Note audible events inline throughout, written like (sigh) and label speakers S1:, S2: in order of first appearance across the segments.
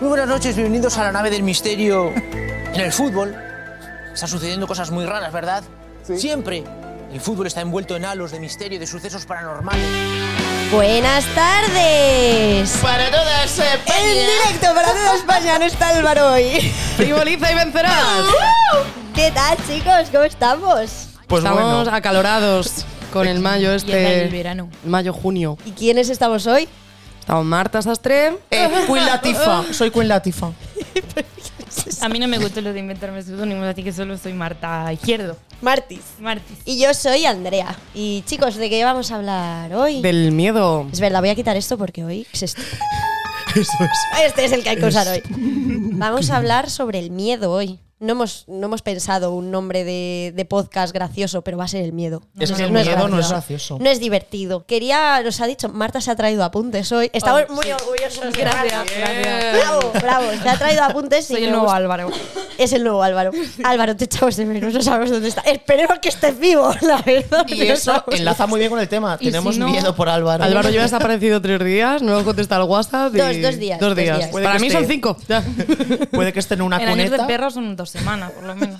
S1: Muy buenas noches, bienvenidos a la nave del misterio. En el fútbol están sucediendo cosas muy raras, ¿verdad? Siempre el fútbol está envuelto en halos de misterio, de sucesos paranormales.
S2: Buenas tardes.
S3: Para toda
S2: En
S3: España.
S2: directo para toda España no está Álvaro hoy.
S3: Frivoliza y vencerás. Uh-huh.
S2: ¿Qué tal, chicos? ¿Cómo estamos?
S3: Pues
S4: Estamos
S3: bueno.
S4: acalorados con el mayo
S5: Llega
S4: este.
S5: el verano.
S4: Mayo, junio.
S2: ¿Y quiénes estamos hoy?
S4: Estamos Marta Sastre.
S3: Eh, Queen
S2: (laughs)
S3: Latifa. Soy Queen Latifa.
S5: A mí no me gusta lo de inventarme pseudónimos, así que solo soy Marta Izquierdo.
S2: Martis.
S5: Martis.
S2: Y yo soy Andrea. Y chicos, ¿de qué vamos a hablar hoy?
S4: Del miedo.
S2: Es verdad, voy a quitar esto porque hoy es (laughs) esto.
S4: Eso es.
S2: Este es el que hay que usar hoy. Vamos a hablar sobre el miedo hoy. No hemos, no hemos pensado un nombre de, de podcast gracioso, pero va a ser el miedo.
S3: Es que el miedo no es gracioso.
S2: No es divertido. Quería, nos ha dicho, Marta se ha traído apuntes hoy. Estamos
S3: Oh,
S2: muy orgullosos. Gracias. Bravo, bravo. Se ha traído apuntes. y
S5: Soy
S2: me
S5: el nuevo
S2: gusta.
S5: Álvaro.
S2: Es el nuevo Álvaro. Álvaro, te echamos de menos, no sabemos dónde está. Esperemos que estés vivo, la verdad.
S3: Y
S2: no
S3: eso
S2: sabemos.
S3: enlaza Pues muy bien con el tema.
S5: Y si
S3: Tenemos
S5: no-
S3: miedo por Álvaro.
S4: Álvaro lleva desaparecido tres días, no contesta al WhatsApp. y-
S2: Dos- dos días,
S4: Dos
S2: dos
S4: días.
S2: días.
S3: Puede
S4: Para
S3: que
S4: mí
S3: esté.
S4: son cinco.
S3: (laughs) Puede que esté en una
S5: En años de
S3: cuneta.
S5: perro son dos semanas, por lo menos.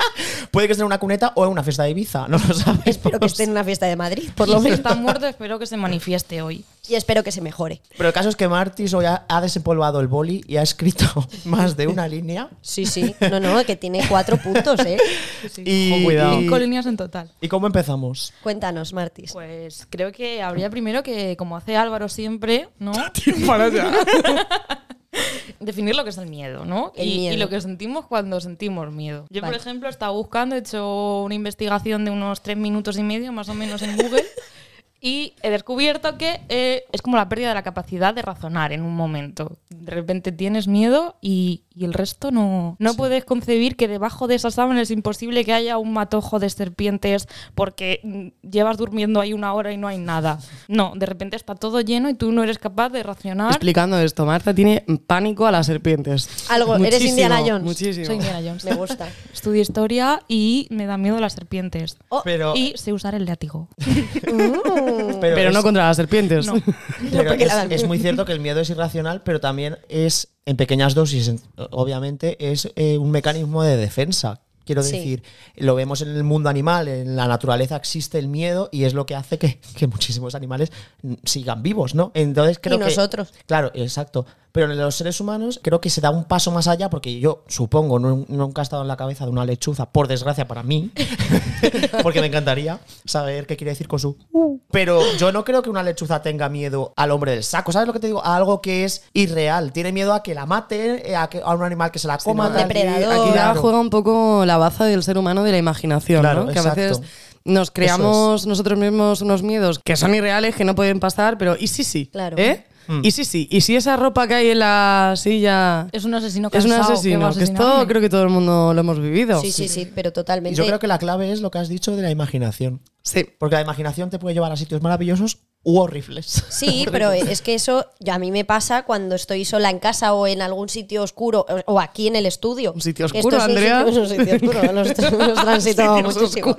S3: Puede que esté en una cuneta o en una fiesta de Ibiza. No lo sabes.
S2: (laughs) Espero que esté en una fiesta de Madrid, (laughs) por
S5: Y
S2: lo
S5: si
S2: menos.
S5: está muerto, espero que se manifieste hoy.
S2: Y espero que se mejore.
S3: Pero el caso es que Martis hoy ha, ha desempolvado el boli y ha escrito (laughs) más de una línea.
S2: Sí, sí. No, no, que tiene cuatro puntos, (laughs) ¿eh?
S3: Y,
S4: Con cuidado.
S3: y-
S5: Cinco líneas en total.
S3: ¿y cómo empezamos?
S2: Cuéntanos, Martis.
S5: Pues creo que habría primero que, como hace Álvaro siempre,
S2: (laughs)
S5: ¿no? (laughs) Definir lo que es el miedo, ¿no?
S2: El
S5: y,
S2: miedo.
S5: y lo que sentimos cuando sentimos miedo. Yo,
S2: Vale.
S5: por ejemplo, estaba buscando, he hecho una investigación de unos tres minutos y medio, más o menos, en Google. Y he descubierto que eh, es como la pérdida de la capacidad de razonar en un momento. De repente tienes miedo y, y el resto no. No puedes concebir que debajo de esas sábanas es imposible que haya un matojo de serpientes porque mm, llevas durmiendo ahí una hora y no hay nada. No, de repente está todo lleno y tú no eres capaz de
S4: (laughs)
S5: racionar.
S4: Explicando esto, Marta tiene pánico a las serpientes.
S2: Algo, eres
S4: Muchísimo,
S2: Indiana Jones.
S4: Muchísimo.
S5: Soy Indiana Jones.
S2: Me gusta.
S5: Estudio historia y me da miedo las serpientes.
S2: Oh,
S3: Pero,
S5: Y sé usar el látigo.
S3: pero
S4: Pero
S3: es-
S4: no contra las serpientes.
S5: No.
S2: (laughs)
S3: Pero
S2: porque
S3: es,
S2: la dan.
S3: es muy cierto que el miedo es irracional, pero también es, en pequeñas dosis, en- obviamente, es eh, un mecanismo de defensa. Quiero
S2: Sí.
S3: decir, lo vemos en el mundo animal, en la naturaleza existe el miedo y es lo que hace que, que muchísimos animales mm, sigan vivos, ¿no? Entonces creo
S2: Y
S3: que-
S2: nosotros.
S3: Claro, exacto. Pero en los seres humanos creo que se da un paso más allá porque yo supongo, nu- nunca he estado en la cabeza de una lechuza, por desgracia para mí, (laughs) porque me encantaría saber qué quiere decir con su... Pero yo no creo que una lechuza tenga miedo al hombre del saco, ¿sabes lo que te digo? A algo que es irreal. Tiene miedo a que la mate, eh, a, que- a un animal que se la coma.
S2: no,
S3: tal.
S2: depredador.
S4: Aquí ya
S3: Claro.
S4: juega un poco la baza del ser humano de la imaginación,
S3: Claro,
S4: ¿no? Que a veces
S3: exacto.
S4: nos creamos nosotros mismos unos miedos que son irreales, que no pueden pasar, pero ¿y si sí?
S2: Claro.
S4: ¿Eh?
S3: Mm.
S4: ¿Y si sí? ¿Y si esa ropa que hay en la silla
S5: Es un asesino
S4: es un
S5: cansado. que va a
S4: asesino? Que esto
S5: asesinarme.
S4: creo que todo el mundo lo hemos vivido.
S2: Sí, sí, sí, pero
S3: Y
S2: totalmente.
S3: yo creo que la clave es lo que has dicho de la imaginación.
S4: Sí.
S3: Porque la imaginación te puede llevar a sitios maravillosos
S4: (laughs)
S3: u horribles.
S2: Sí, pero es que eso yo- a mí me pasa cuando estoy sola en casa o en algún sitio oscuro o- o aquí en el estudio.
S4: Un sitio
S2: Que
S4: oscuro,
S2: esto es un
S4: Andrea.
S2: sitio- es (laughs) un sitio
S4: (laughs)
S2: oscuro, nos, tra- nos transitamos muchísimo.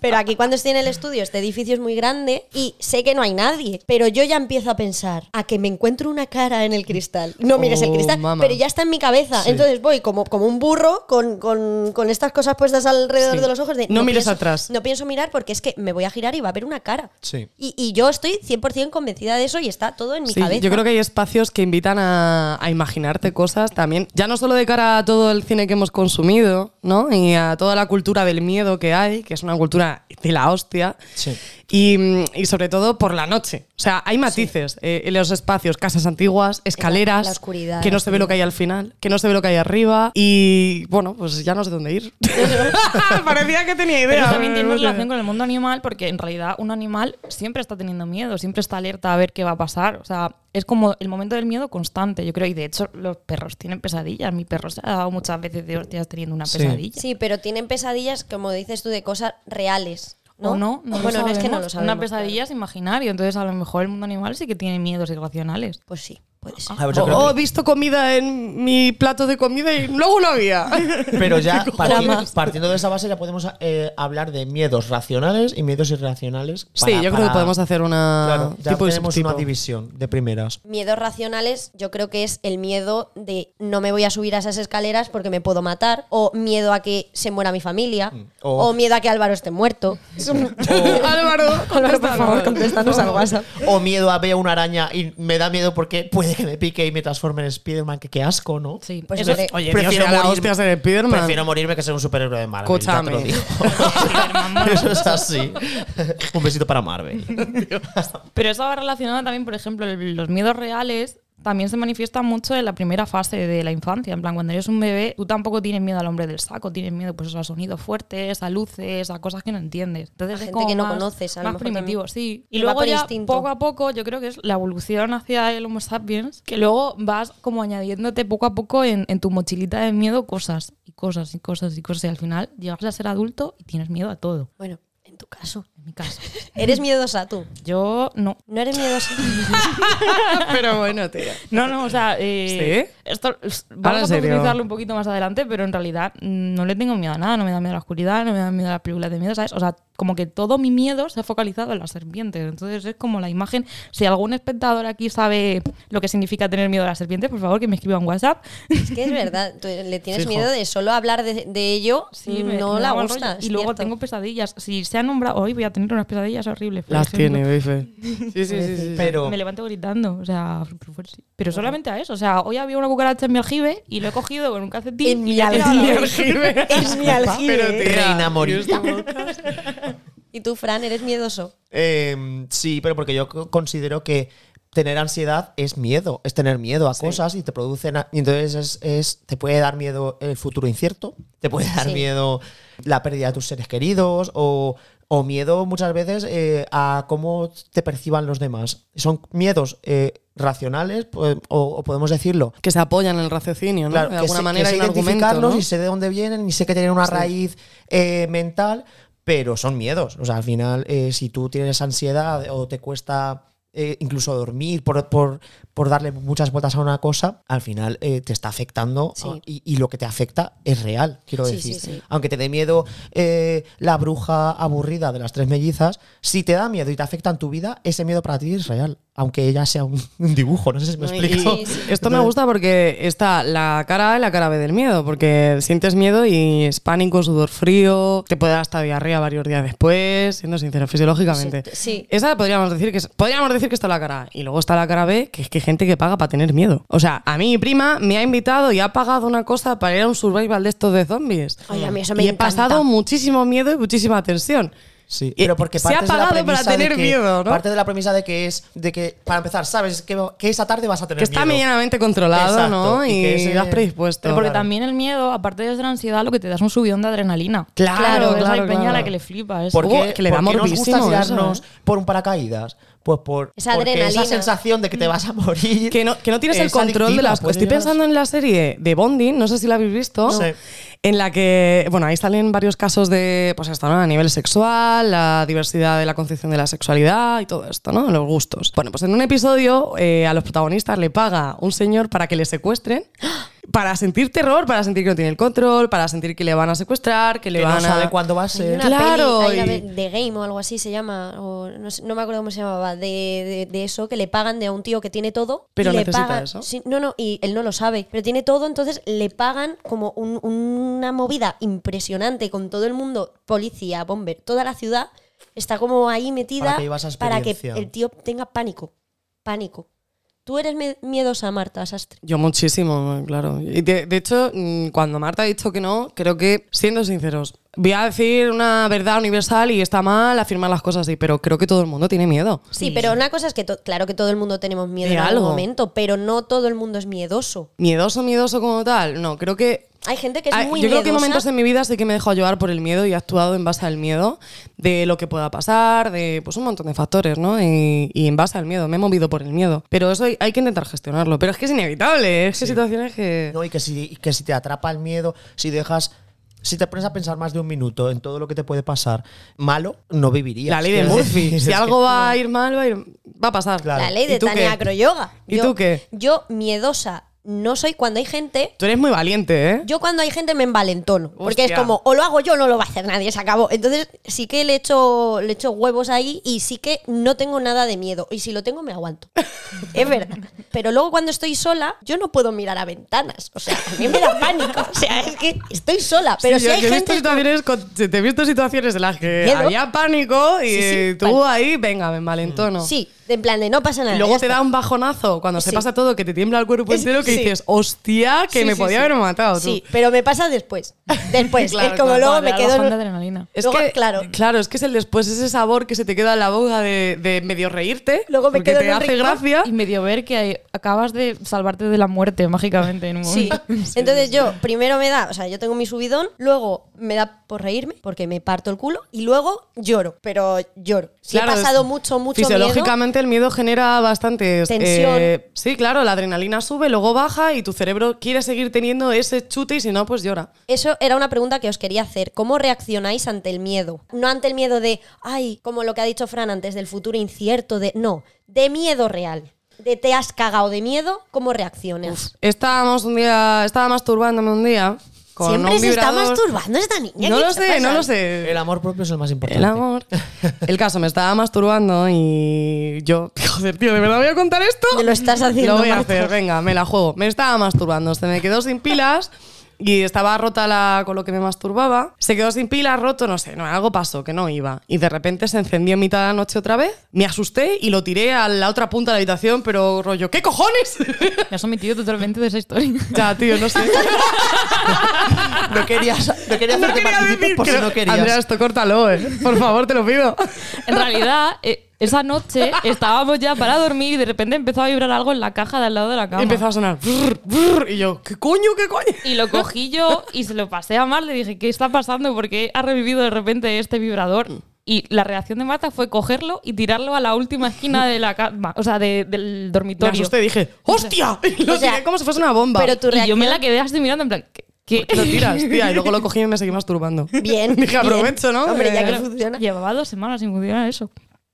S2: Pero aquí cuando estoy en el estudio, este edificio es muy grande y sé que no hay nadie, pero yo ya empiezo a pensar a que me encuentro una cara en el cristal. No mires el
S4: Oh,
S2: cristal,
S4: mamá.
S2: pero ya está en mi cabeza. Entonces voy como, como un burro con, con- con estas cosas puestas alrededor
S4: Sí.
S2: de los ojos. De,
S4: No mires
S2: pienso-
S4: atrás.
S2: No pienso mirar porque es que me voy a girar y va a haber una cara.
S3: Sí.
S2: Y, y yo estoy 100% convencida de eso y está todo en mi
S4: Sí,
S2: cabeza.
S4: yo creo que hay espacios que invitan a, a imaginarte cosas también, ya no solo de cara a todo el cine que hemos consumido, ¿no? Y a toda la cultura del miedo que hay, que es una cultura de la hostia,
S3: Sí.
S4: y, mm, y sobre todo por la noche. O sea, hay matices eh, en los espacios, casas antiguas, escaleras,
S2: la oscuridad,
S4: que
S2: la
S4: no se ve lo que hay al final, que no se ve lo que hay arriba, y bueno, pues ya no sé dónde ir. Parecía que tenía idea.
S5: Pero también tiene relación con el mundo animal porque en realidad un animal siempre está teniendo miedo, siempre está alerta a ver qué va a pasar. O sea, es como el momento del miedo constante, yo creo. Y de hecho los perros tienen pesadillas. Mi perro se ha dado muchas veces de hostias teniendo una
S3: Sí.
S5: pesadilla.
S2: Sí, pero tienen pesadillas, como dices tú, de cosas reales. ¿no?
S5: O no, no lo
S2: bueno, es que no
S5: sabemos.
S2: lo sabemos.
S5: Una pesadilla es imaginario, entonces a lo mejor el mundo animal sí que tiene miedos irracionales.
S2: claro. Pues sí. Puede ser.
S1: A ver,
S4: O
S1: yo creo
S4: he visto comida en mi plato de comida y luego no había. (laughs)
S3: Pero ya parti-
S2: Drama.
S3: partiendo de esa base ya podemos eh, hablar de miedos racionales y miedos irracionales.
S4: sí, yo creo que podemos hacer una.
S3: Claro, ya
S4: tipo y
S3: tenemos
S4: subtipo.
S3: una división de primeras.
S2: Miedos racionales, yo creo que es el miedo de no me voy a subir a esas escaleras porque me puedo matar, o miedo a que se muera mi familia,
S3: O-
S2: o, miedo a que Álvaro esté muerto.
S3: (laughs)
S4: (laughs) Álvaro,
S2: Álvaro, por favor, contéstanos al WhatsApp.
S3: O miedo a ver una araña y me da miedo porque puede que me pique y me transforme en Spider-Man, que qué asco, ¿no?
S5: Sí,
S2: Pues
S5: eso
S2: hombre,
S5: es
S4: Oye, prefiero
S3: morirme-
S4: hostias en Spiderman.
S3: Prefiero morirme que ser un superhéroe de Marvel.
S4: Escúchame.
S3: ya te
S4: (laughs)
S3: lo digo. (laughs) Eso es así. un besito para Marvel.
S5: Pero eso va relacionado también, por ejemplo, el- los miedos reales también se manifiestan mucho en la primera fase de la infancia. En plan, cuando eres un bebé, tú tampoco tienes miedo al hombre del saco, tienes miedo pues, eso, a sonidos fuertes, a luces, a cosas que no entiendes. Entonces, es
S2: gente
S5: como
S2: que no
S5: más-
S2: conoces, a lo
S5: más
S2: mejor
S5: primitivo,
S2: también.
S5: sí.
S2: Que
S5: Y
S2: va
S5: luego
S2: por
S5: ya,
S2: instinto.
S5: poco a poco, yo creo que es la evolución hacia el Homo sapiens, que luego vas como añadiéndote poco a poco en, en tu mochilita de miedo cosas y cosas y cosas y cosas. Y al final llegas a ser adulto y tienes miedo a todo.
S2: Bueno, en tu caso.
S5: En mi caso.
S2: Eres miedosa tú.
S5: Yo no.
S2: No eres miedosa.
S4: (laughs) Pero bueno, tío.
S5: No, no, o sea, eh,
S4: ¿Sí?
S5: esto s-
S4: Ahora, en
S5: vamos a
S4: serio.
S5: profundizarlo un poquito más adelante, pero en realidad mm, no le tengo miedo a nada, no me da miedo a la oscuridad, no me da miedo a las películas de miedo, ¿sabes? O sea, como que todo mi miedo se ha focalizado en las serpientes, entonces es como la imagen, si algún espectador aquí sabe lo que significa tener miedo a las serpientes, por favor que me escriba en WhatsApp.
S2: Es que es verdad, tú le tienes
S3: Fijo.
S2: miedo de solo hablar de, de ello,
S5: (laughs) me-
S2: no
S5: me
S2: la
S5: da mal
S2: gusta.
S5: rollo.
S2: es
S5: Y luego
S2: cierto.
S5: tengo (laughs) pesadillas, si se ha nombrado, hoy voy a tener unas pesadillas horribles. por
S4: Las
S5: ejemplo.
S4: tiene, (laughs) bife. Sí, sí,
S3: (laughs)
S4: sí. sí, sí.
S3: Pero
S5: Me levanto gritando, o sea, súper fuerte. pero solamente a eso. O sea, hoy había una cucaracha en mi aljibe y lo he cogido con un calcetín.
S2: En
S5: y
S2: mi
S5: le he tirado a la olla.
S4: aljibe.
S2: (laughs) Es mi aljibe.
S4: Pero, tía,
S3: Reina morirá.
S2: Y tú, Fran, eres miedoso.
S3: Eh, sí, pero porque yo co- considero que tener ansiedad es miedo, es tener miedo a cosas y te producen. a- y entonces es, es- te puede dar miedo el futuro incierto, te puede dar
S2: Sí.
S3: miedo la pérdida de tus seres queridos o, o miedo muchas veces eh, a cómo te perciban los demás. Son miedos eh, racionales pues, o, o podemos decirlo.
S4: Que se apoyan en el raciocinio, ¿no? de
S3: Claro, que
S4: alguna
S3: sé- que
S4: manera
S3: sé
S4: hay un argumento.
S3: identificarlos
S4: ¿no?
S3: y sé de dónde vienen y sé que tienen una raíz eh, mental, pero son miedos. O sea, al final, eh, si tú tienes ansiedad o te cuesta eh, incluso dormir por, por, por darle muchas vueltas a una cosa, al final eh, te está afectando
S2: Sí.
S3: a- y, y lo que te afecta es real, quiero
S2: Sí,
S3: decir.
S2: sí, sí.
S3: Aunque te dé miedo eh, la bruja aburrida de las tres mellizas, si te da miedo y te afecta en tu vida, ese miedo para ti es real, aunque ella sea un, (laughs) un dibujo, no sé si me
S4: No, y-
S3: explico.
S4: y- Oh, Esto me gusta porque está la cara A y la cara B del miedo, porque sientes miedo y es pánico, sudor frío, te puede dar hasta diarrea varios días después, siendo sincero, fisiológicamente.
S2: Sí, sí.
S4: Esa podríamos decir que es- podríamos decir que está la cara A. Y luego está la cara B, que es que hay gente que paga para tener miedo. O sea, a mí mi prima me ha invitado y ha pagado una cosa para ir a un survival de estos de zombies.
S2: Ay, a mí eso me
S4: y
S2: encanta.
S4: he pasado muchísimo miedo y muchísima tensión.
S3: Sí,
S4: Y
S3: pero porque
S4: se ha
S3: partes de la
S4: pagado para
S3: premisa de
S4: tener
S3: que-
S4: miedo, ¿no?
S3: Parte de la premisa de que es de que para empezar sabes que, que esa tarde vas a tener
S4: Que está
S3: miedo.
S4: medianamente controlado,
S3: Exacto,
S4: ¿no?
S3: y
S4: Y,
S3: que ese-
S4: vas predispuesto.
S5: Pero porque
S3: Claro.
S5: también el miedo, aparte de ser ansiedad, lo que te da es un subidón de adrenalina.
S4: Claro,
S5: Esa
S4: claro,
S5: hay peña
S4: claro.
S5: a la que le flipa eso.
S3: ¿Por
S4: Hugo,
S3: qué-
S4: que le
S3: por
S4: da
S3: qué nos gusta
S4: morbidísimo ¿eh?
S3: tirarnos
S4: eso,
S3: por un paracaídas? Pues por
S2: Esa
S3: porque esa
S2: adrenalina.
S3: sensación de que te vas a morir.
S4: Que no, que no tienes el
S3: es
S4: control de
S3: adictiva, pues,
S4: las
S3: puede
S4: cosas. Estoy
S3: llegar a-
S4: pensando en la serie de Bonding, no sé si la habéis visto,
S3: No. Sí.
S4: en la que, bueno, ahí salen varios casos de, pues hasta ahora, a nivel sexual, la diversidad de la concepción de la sexualidad y todo esto, ¿no? Los gustos. Bueno, pues en un episodio eh, a los protagonistas le paga un señor para que le secuestren. (gasps) Para sentir terror, para sentir que no tiene el control, para sentir que le van a secuestrar, que le
S3: que
S4: van
S3: no
S4: a.
S3: sabe cuándo va a
S2: Hay
S3: ser.
S2: una
S4: Claro,
S2: peli, hay una
S4: y-
S2: ve- de Game o algo así se llama, o no, sé- no me acuerdo cómo se llamaba, de, de- de eso, que le pagan de a un tío que tiene todo.
S4: Pero
S2: y le
S4: necesita
S2: pagan,
S4: eso.
S2: sí, no, no, y él no lo sabe, pero tiene todo, entonces le pagan como un- una movida impresionante con todo el mundo, policía, bomber, toda la ciudad está como ahí metida
S3: Para que viva esa
S2: para que
S3: experiencia.
S2: el tío tenga pánico, pánico. Tú eres me- miedosa, Marta Sastre.
S4: Yo muchísimo, claro. Y de, de hecho, mm, cuando Marta ha dicho que no, creo que, siendo sinceros, voy a decir una verdad universal y está mal afirmar las cosas así, pero creo que todo el mundo tiene miedo.
S2: Sí, pero una cosa es que, to- claro que todo el mundo tenemos miedo
S4: De
S2: en algún
S4: algo.
S2: momento, pero no todo el mundo es miedoso.
S4: Miedoso, miedoso como tal, no, creo que...
S2: Hay gente que es
S4: Ah,
S2: muy
S4: yo creo que
S2: miedosa.
S4: hay momentos en mi vida sí que me he dejado llevar por el miedo y he actuado en base al miedo de lo que pueda pasar, de pues un montón de factores, ¿no? Y, y en base al miedo, me he movido por el miedo. Pero eso hay, hay que intentar gestionarlo, pero es que es inevitable, es que hay situaciones que...
S3: No, y que si, y que si te atrapa el miedo, si dejas si te pones a pensar más de un minuto en todo lo que te puede pasar malo, no vivirías.
S4: La ley de
S3: Quiero decir,
S4: Murphy.
S3: (laughs) es
S4: Si
S3: que-
S4: algo va a ir mal, va a, ir- va a pasar.
S3: Claro.
S2: La ley
S4: ¿Y
S2: de
S4: tú
S2: Tania
S4: qué?
S2: Acroyoga.
S4: ¿Y
S2: Yo-
S4: tú qué?
S2: Yo, miedosa, no soy cuando hay gente.
S4: Tú eres muy valiente, ¿eh?
S2: Yo cuando hay gente me envalentono. Porque es
S4: Hostia.
S2: como, o lo hago yo o no lo va a hacer nadie, se acabó. Entonces sí que le echo, le echo huevos ahí y sí que no tengo nada de miedo. Y si lo tengo, me aguanto.
S4: (laughs)
S2: es verdad. Pero luego cuando estoy sola, yo no puedo mirar a ventanas. O sea, a mí me da pánico. O sea, es que estoy sola. Pero
S4: Sí,
S2: si
S4: yo,
S2: hay
S4: yo he visto
S2: gente...
S4: situaciones con- te he visto situaciones en las que
S2: Miedo.
S4: había pánico y
S2: Sí, sí,
S4: eh, tú ahí, venga, me malentono.
S2: Sí, en plan de no pasa nada.
S4: Y luego
S2: ya
S4: te
S2: está.
S4: da un bajonazo cuando se
S2: Sí.
S4: pasa todo, que te tiembla el cuerpo
S2: Es-
S4: entero, que
S2: sí.
S4: dices, hostia, que
S5: Sí,
S4: me
S5: sí,
S4: podía
S5: sí.
S4: haber matado. tú".
S2: Sí, pero me pasa
S4: (laughs)
S2: después. Después.
S4: Claro,
S2: es como
S4: claro.
S2: luego
S5: Joder,
S2: me
S5: al
S2: quedo... en
S5: bajón de
S2: un-
S5: adrenalina.
S4: Es
S2: Luego,
S4: que,
S2: claro.
S4: claro, es que es el después, ese sabor que se te queda en la boca de, de medio reírte.
S2: Luego me
S4: porque
S2: quedo
S4: te
S2: en un
S4: hace
S2: rincón
S4: gracia.
S5: Y medio ver que hay- acabas de salvarte de la muerte mágicamente en un
S2: Sí.
S4: (laughs)
S5: momento.
S2: Entonces yo primero me da, o sea, yo tengo mi subidón, luego me da por reírme porque me parto el culo y luego lloro, pero lloro. Si
S4: Claro,
S2: he pasado mucho, mucho miedo.
S4: Fisiológicamente el miedo genera bastantes...
S2: Tensión.
S4: eh, sí, claro, la adrenalina sube, luego baja y tu cerebro quiere seguir teniendo ese chute y si no, pues llora.
S2: Eso era una pregunta que os quería hacer. ¿Cómo reaccionáis ante el miedo? No ante el miedo de, ay, como lo que ha dicho Fran antes, del futuro incierto, de. No, de miedo real. De te has cagado de miedo, ¿cómo reaccionas?
S4: Estábamos un día, estaba masturbándome un día con
S2: Siempre
S4: un
S2: se
S4: vibrador.
S2: está masturbando esta niña.
S4: No
S2: ¿qué
S4: lo
S2: os
S4: sé,
S2: pasa?
S4: no lo sé.
S3: El amor propio es el más importante.
S4: El amor. El caso, me estaba masturbando y yo, (laughs) joder, tío, ¿de verdad voy a contar esto?
S2: Te lo estás haciendo,
S4: Lo voy a
S2: Marta.
S4: hacer, venga, me la juego. Me estaba masturbando, se me quedó sin pilas y estaba rota la, con lo que me masturbaba. Se quedó sin pilas, roto, no sé, no, algo pasó, que no iba. Y de repente se encendió en mitad de la noche otra vez, me asusté y lo tiré a la otra punta de la habitación, pero rollo, ¿qué cojones?
S5: Me has omitido totalmente de esa historia.
S4: ya, tío, no (laughs) sé.
S3: (laughs) No querías, no quería hacerte participar por si
S4: creo-
S3: no querías.
S4: Andrea, esto córtalo, eh. Por favor, te lo pido.
S5: En realidad, eh, esa noche estábamos ya para dormir y de repente empezó a vibrar algo en la caja de al lado de la
S4: Y
S5: cama.
S4: empezó a sonar. brr, brr, y yo, ¿qué coño, qué coño?
S5: Y lo cogí yo y se lo pasé a Mar. Le dije, ¿qué está pasando? Porque ha revivido de repente este vibrador. Y la reacción de Marta fue cogerlo y tirarlo a la última esquina de la cama, o sea, de- del
S4: Me
S5: dormitorio.
S4: asusté, dije, ¡hostia! (laughs) Y lo
S2: O sea,
S4: tiré como si fuese una bomba.
S2: Pero tu
S5: Y yo
S2: reacción.
S5: me la quedé así mirando en plan, ¿qué? qué?
S4: Lo
S5: (laughs)
S4: tiras, tía. Y luego lo cogí y me seguí masturbando.
S2: (laughs) Bien.
S4: (laughs) Dije,
S2: bien.
S4: aprovecho, ¿no?
S2: Hombre, ya que
S4: Eh,
S2: funciona.
S5: Llevaba dos semanas sin funcionar eso.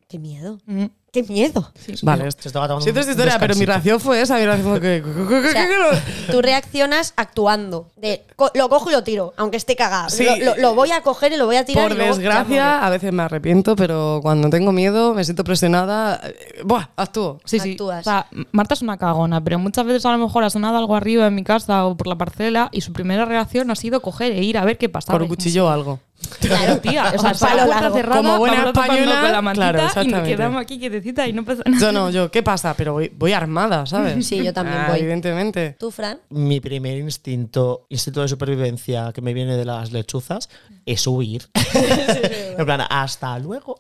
S2: Qué miedo.
S5: Mm.
S2: Qué miedo.
S4: Vale,
S3: Se estaba tomando
S4: siento
S3: un
S4: esta historia, pero mi
S3: descansito.
S4: reacción fue esa. Mi reacción fue que. (laughs)
S2: O sea, tú reaccionas actuando. De, co- lo cojo y lo tiro, aunque esté cagado.
S4: Sí.
S2: Lo, lo- lo voy a coger y lo voy a tirar.
S4: Por
S2: y luego-
S4: desgracia, a veces me arrepiento, pero cuando tengo miedo, me siento presionada. eh, Buah, actúo.
S5: Sí, sí.
S2: Actúas.
S5: O sea, Marta es una cagona, pero muchas veces a lo mejor ha sonado algo arriba en mi casa o por la parcela y su primera reacción ha sido coger e ir a ver qué pasaba.
S4: Por un cuchillo o algo.
S5: Claro, tía. (laughs) O sea,
S2: Palo
S5: para la puerta
S2: largo.
S5: cerrada,
S4: Como buena
S5: Pablo tocando
S4: española,
S5: con la mantita
S4: claro,
S5: y nos
S4: exactamente.
S5: quedamos aquí quietecita y no pasa nada.
S4: Yo no, yo, ¿qué pasa? Pero voy, voy armada, ¿sabes?
S2: Sí, yo también
S4: Ah,
S2: voy.
S4: Evidentemente.
S2: ¿Tú, Fran?
S3: Mi primer instinto, instinto de supervivencia que me viene de las lechuzas, es huir. (laughs) en plan, hasta luego.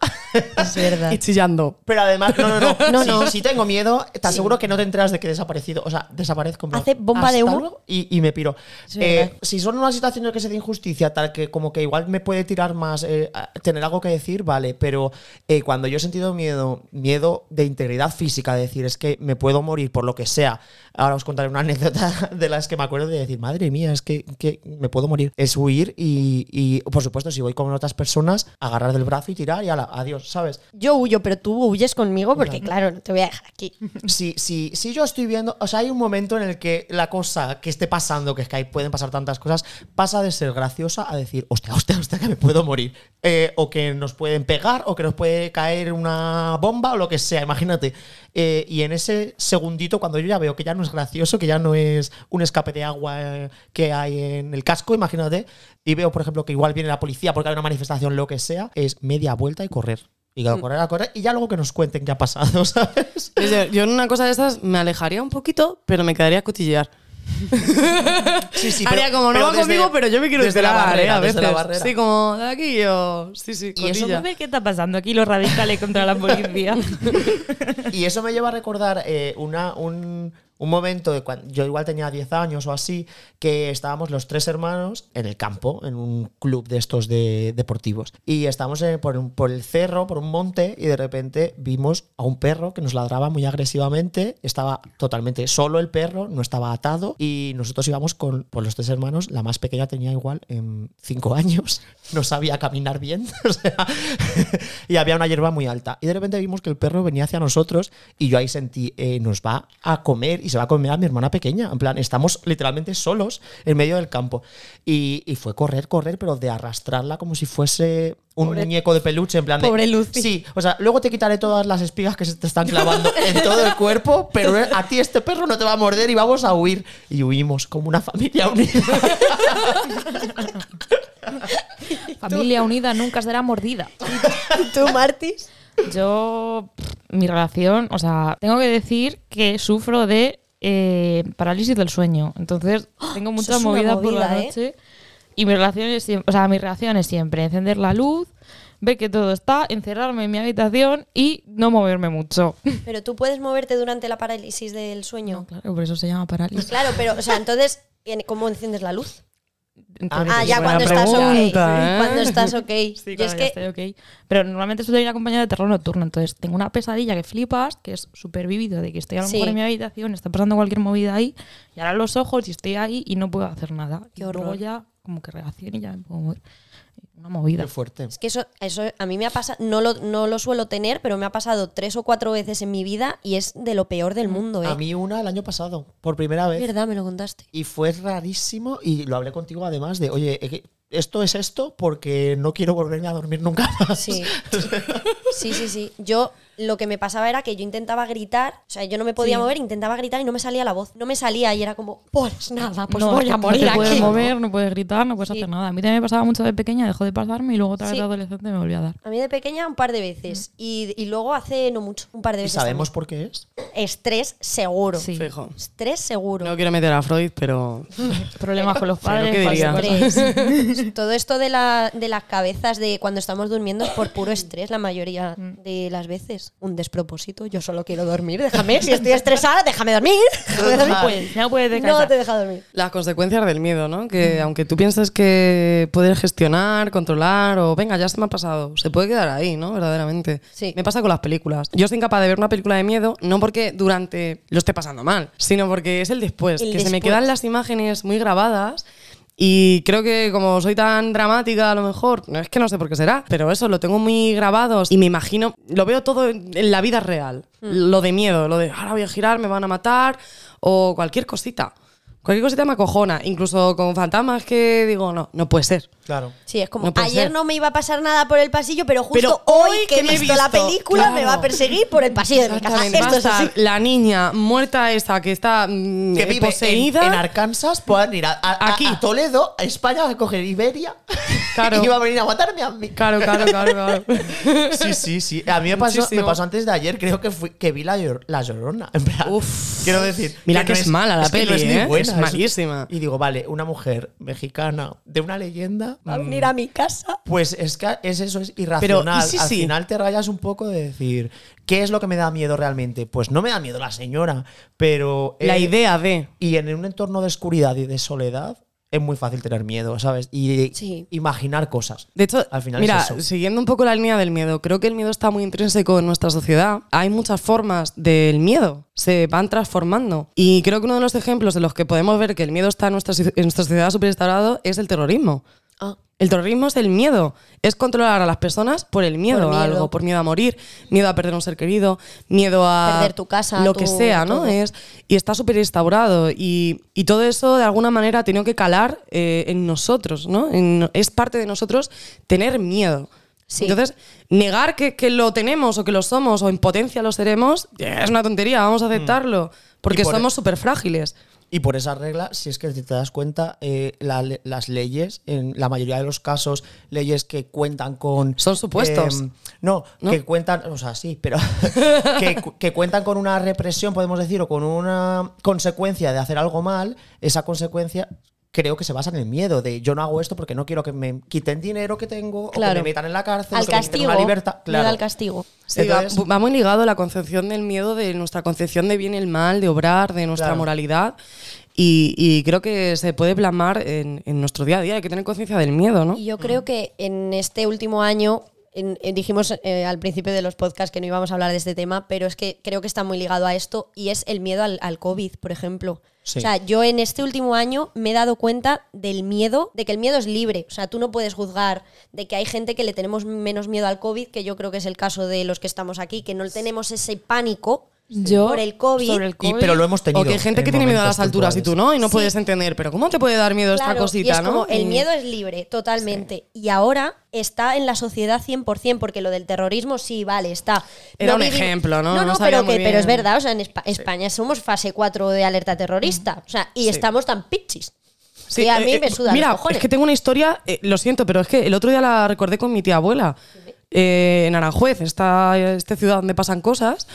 S2: Es verdad.
S4: Y chillando.
S3: Pero además, no, no, no.
S2: (laughs) No,
S3: si,
S2: no.
S3: si tengo miedo, te aseguro que no te enteras de que he desaparecido. O sea, desaparezco. en plan,
S2: Hace bomba de
S3: "Hasta
S2: humo".
S3: luego", Y, y me piro.
S2: Sí,
S3: Eh,
S2: ¿verdad?
S3: si son una situación en la que se de injusticia, tal que como que igual me puede tirar más, eh, a- tener algo que decir, vale. Pero eh, cuando yo he sentido miedo, miedo de integridad física, de decir, es que me puedo morir por lo que sea. Ahora os contaré una (laughs) anécdota de las que me acuerdo de decir, madre mía, es que, que me puedo morir. Es huir y, y, por supuesto, si voy con otras personas, agarrar del brazo y tirar y ala, adiós, ¿sabes?
S2: Yo huyo, pero tú huyes conmigo porque, claro, no te voy a dejar
S4: (laughs)
S2: aquí.
S3: si, si, si yo estoy viendo, o sea, hay un momento en el que la cosa que esté pasando, que es que ahí pueden pasar tantas cosas, pasa de ser graciosa a decir, hostia, hostia, hostia, que me puedo morir. Eh, o que nos pueden pegar, o que nos puede caer una bomba, o lo que sea, imagínate. Eh, y en ese segundito, cuando yo ya veo que ya no es gracioso, que ya no es un escape de agua eh, que hay en el casco, imagínate, y veo, por ejemplo, que igual viene la policía porque hay una manifestación, lo que sea, es media vuelta y correr. Y a correr, a correr, y ya luego que nos cuenten qué ha pasado, (laughs) ¿sabes?
S4: Es decir, Yo en una cosa de estas me alejaría un poquito, pero me quedaría a cotillear.
S3: Sí, sí,
S4: (laughs) Haría como no va conmigo, pero yo me quiero
S3: desde la
S4: enterar,
S3: barrera,
S4: eh, a veces.
S3: desde la barrera.
S4: Sí, como de aquí yo. Sí, sí,
S5: Y eso
S4: cotilla.
S5: no ve qué está pasando aquí los (laughs) radicales contra la policía.
S3: Y eso me lleva a recordar eh, una, un, un momento, de cuan- yo igual tenía 10 años o así, que estábamos los tres hermanos en el campo, en un club de estos de deportivos. Y estábamos eh, por, un- por el cerro, por un monte, y de repente vimos a un perro que nos ladraba muy agresivamente. Estaba totalmente solo el perro, no estaba atado. Y nosotros íbamos con, por los tres hermanos. La más pequeña tenía igual 5 años, (laughs) no sabía caminar bien. (laughs) o sea, y había una hierba muy alta. Y de repente vimos que el perro venía hacia nosotros y yo ahí sentí, eh, nos va a comer y se va a comer a mi hermana pequeña. En plan, estamos literalmente solos en medio del campo. Y, y fue correr, correr, pero de arrastrarla como si fuese un muñeco de peluche, en plan de...
S2: Pobre Lucy.
S3: Sí, o sea, luego te quitaré todas las espigas que se te
S4: (laughs)
S3: están clavando en todo el cuerpo, pero a ti este perro no te va a morder y vamos a huir. Y huimos como una familia (laughs) unida.
S5: Familia unida nunca será mordida.
S2: ¿Y tú, Martis?
S5: Yo, pff, mi relación, o sea, tengo que decir que sufro de eh, parálisis del sueño. (gasps) Entonces, tengo mucha
S2: es una
S5: movida, por la
S2: movida, ¿eh?
S5: noche. Y mi relación, es, siem- o sea, mi reacción es siempre encender la luz, ver que todo está, encerrarme en mi habitación y no moverme mucho.
S2: Pero tú puedes moverte durante la parálisis del sueño.
S5: Claro, por eso se llama parálisis.
S2: Claro, pero, o sea, entonces, ¿en- ¿cómo enciendes la luz?
S5: Entonces,
S2: Ah, ya
S4: buena
S2: cuando estás
S4: pregunta,
S2: ok.
S4: ¿eh?
S2: Cuando estás ok.
S5: Sí,
S2: Yo
S5: claro,
S2: es
S5: ya
S2: que
S5: estoy ok. Pero normalmente suelo ir acompañada de terror nocturno. Entonces tengo una pesadilla que flipas, que es súper vívido, de que estoy a lo
S2: Sí.
S5: mejor en mi habitación, está pasando cualquier movida ahí, y ahora los ojos y estoy ahí y no puedo hacer nada.
S2: Qué
S5: y luego
S2: horror.
S5: ya como que reacciono y ya me puedo mover. Una movida.
S2: Pues
S3: fuerte.
S2: Es que eso, eso a mí me ha pasado, no lo, no lo suelo tener, pero me ha pasado tres o cuatro veces en mi vida y es de lo peor del mundo, ¿eh?
S3: Mm, A mí una el año pasado, por primera
S2: Es
S3: vez.
S2: verdad, me lo contaste.
S3: Y fue rarísimo y lo hablé contigo además de, oye, eh, que esto es esto porque no quiero volverme a dormir nunca (laughs) más.
S2: Sí. Sí, sí, sí. Yo lo que me pasaba era que yo intentaba gritar, o sea, yo no me podía mover, intentaba gritar y no me salía la voz. No me salía y era como, pues nada, pues
S5: no,
S2: voy a morir
S5: no te
S2: aquí.
S5: puedes mover, no puedes gritar, no puedes
S2: Sí.
S5: hacer nada. A mí también me pasaba mucho de pequeña, dejó de pasarme y luego otra vez
S2: Sí.
S5: de adolescente me volvió a dar.
S2: A mí de pequeña un par de veces y, y luego hace no mucho, un par de
S3: Mm. ¿Y
S2: veces.
S3: sabemos por qué es?
S2: también. Estrés seguro.
S5: Sí.
S4: Fijo.
S2: Estrés seguro.
S4: No quiero meter a Freud, pero.
S5: Problemas con los
S4: Pero,
S5: padres.
S4: ¿qué
S5: cualquier
S4: diría? (laughs)
S5: cosa.
S2: estrés. Todo esto de, la- de las cabezas de cuando estamos durmiendo es por puro estrés la mayoría de las veces. Un desproposito. Yo solo quiero dormir. Déjame. Si estoy estresada, déjame dormir. (laughs) Déjame dormir.
S5: No
S4: Pues,
S5: puedes, no puedes
S2: No
S5: descansar.
S2: te deja dormir.
S4: Las consecuencias del miedo, ¿no? Que aunque tú pienses que puedes gestionar, controlar o venga, ya se me ha pasado, se puede quedar ahí, ¿no? Verdaderamente.
S2: Sí.
S4: Me pasa con las películas. Yo soy incapaz de ver una película de miedo, no porque durante lo esté pasando mal, sino porque es el después,
S2: El
S4: que se me
S2: después.
S4: quedan las imágenes muy grabadas. Y creo que como soy tan dramática, a lo mejor, no es que no sé por qué será, pero eso lo tengo muy grabado y me imagino, lo veo todo en en la vida real.
S2: Mm.
S4: Lo de miedo, lo de ahora voy a girar, me van a matar o cualquier cosita. Cualquier cosita me acojona, incluso con fantasmas que digo, no, no puede ser.
S3: Claro.
S2: Sí, es como,
S4: No puede
S2: ayer
S4: ser.
S2: no me iba a pasar nada por el pasillo, pero justo
S4: Pero
S2: hoy
S4: hoy
S2: que he
S4: que me he
S2: visto, la
S4: visto,
S2: película me
S4: claro.
S2: va a perseguir por el pasillo de mi casa.
S4: Exactamente.
S2: Esto es
S4: Basta,
S2: así.
S4: La niña muerta esta que está mm,
S3: Que
S4: eh,
S3: vive en-
S4: poseída.
S3: En, Arkansas, puedan ir a, a- a-
S4: Aquí.
S3: a Toledo, a España, a coger Iberia.
S4: Claro.
S3: (laughs) Y va a venir a matarme a mí.
S4: Claro, claro,
S2: (laughs)
S4: claro, claro.
S3: Sí, sí, sí. A mí me pasó, me
S4: Muchísimo.
S3: pasó antes de ayer, creo que fui, que vi la, Llor- La llorona. En plan,
S4: Uf.
S3: quiero decir.
S4: Mira que es mala la
S3: que
S4: peli,
S3: no es ni
S4: ¿eh?
S3: buena,
S4: Es malísima.
S3: Y digo, vale, una mujer mexicana de una leyenda.
S2: Va a
S3: mm,
S2: venir a mi casa.
S3: Pues es que es eso, es irracional.
S4: sí,
S3: Al
S4: sí.
S3: final te rayas un poco de decir, ¿qué es lo que me da miedo realmente? Pues no me da miedo la señora, pero...
S4: La
S3: eh,
S4: idea de.
S3: Y en un entorno de oscuridad y de soledad es muy fácil tener miedo, ¿sabes? Y
S2: Sí.
S3: imaginar cosas.
S4: De hecho,
S3: Al final
S4: mira,
S3: es eso.
S4: siguiendo un poco la línea del miedo, creo que el miedo está muy intrínseco en nuestra sociedad. Hay muchas formas del miedo, se van transformando. Y creo que uno de los ejemplos en los que podemos ver que el miedo está en nuestra, en nuestra sociedad súper instaurado es el terrorismo.
S2: Ah,
S4: El terrorismo es el miedo, es controlar a las personas por el miedo,
S2: Por
S4: a
S2: miedo.
S4: algo, por miedo a morir, miedo a perder un ser querido, miedo a
S2: Perder tu casa,
S4: lo
S2: tu-
S4: que sea, ¿no?
S2: todo.
S4: Es, y está súper instaurado y, y todo eso de alguna manera ha tenido que calar eh, en nosotros, ¿no? En- es parte de nosotros tener miedo.
S2: Sí.
S4: Entonces, negar que, que lo tenemos o que lo somos o en potencia lo seremos eh, es una tontería, vamos a aceptarlo, porque
S3: por-
S4: somos súper frágiles.
S3: Y por esa regla, si es que te das cuenta, eh, la le- las leyes, en la mayoría de los casos, leyes que cuentan con...
S4: Son supuestos.
S3: em, no,
S4: ¿No?
S3: que cuentan, o sea, sí,
S4: (laughs)
S3: pero que, cu- que cuentan con una represión, podemos decir, o con una consecuencia de hacer algo mal, esa consecuencia creo que se basa en el miedo de yo no hago esto porque no quiero que me quiten dinero que tengo o que
S2: Claro.
S3: me metan en la cárcel
S2: Al
S3: o que me quiten
S2: castigo.
S3: una libertad.
S2: miedo
S3: Claro.
S2: al castigo.
S4: Sí,
S3: Entonces-
S4: va, va muy ligado a la concepción del miedo, de nuestra concepción de bien y el mal, de obrar, de nuestra
S3: Claro.
S4: moralidad. Y, y creo que se puede plasmar en, en nuestro día a día. Hay que tener conciencia del miedo, ¿no?
S2: Y yo creo que en este último año en- en- dijimos eh, al principio de los podcasts que no íbamos a hablar de este tema, pero es que creo que está muy ligado a esto y es el miedo al, al COVID, por ejemplo.
S3: Sí.
S2: O sea, yo en este último año me he dado cuenta del miedo, de que el miedo es libre. O sea, tú no puedes juzgar de que hay gente que le tenemos menos miedo al COVID, que yo creo que es el caso de los que estamos aquí, que no tenemos ese pánico
S5: Yo,
S2: por el COVID.
S5: sobre el
S3: Y-
S5: COVID,
S3: pero lo hemos tenido.
S4: o que hay gente
S3: en
S4: que tiene miedo a las
S3: momentos
S4: alturas y tú
S3: puntuales.
S4: no, y no
S2: Sí.
S4: puedes entender, pero ¿cómo te puede dar miedo esta
S2: Claro,
S4: cosita,
S2: y es
S4: no?
S2: como,
S4: Y-
S2: el miedo es libre, totalmente. Y ahora está en la sociedad 100%, porque lo del terrorismo sí, vale, está.
S4: Era un
S2: vivi-
S4: ejemplo, ¿no? No
S2: No,
S4: sabía
S2: pero,
S4: muy
S2: que, pero es
S4: bien.
S2: verdad, o sea, en Espa- España somos fase 4 de alerta terrorista, o sea, y estamos tan pichis.
S4: Mm. Sí,
S2: que a
S4: eh,
S2: mí
S4: eh,
S2: me sudan
S4: Mira,
S2: los cojones.
S4: es que tengo una historia, eh, lo siento, pero es que el otro día la recordé con mi tía abuela. Eh, en Aranjuez, esta, esta ciudad donde pasan cosas.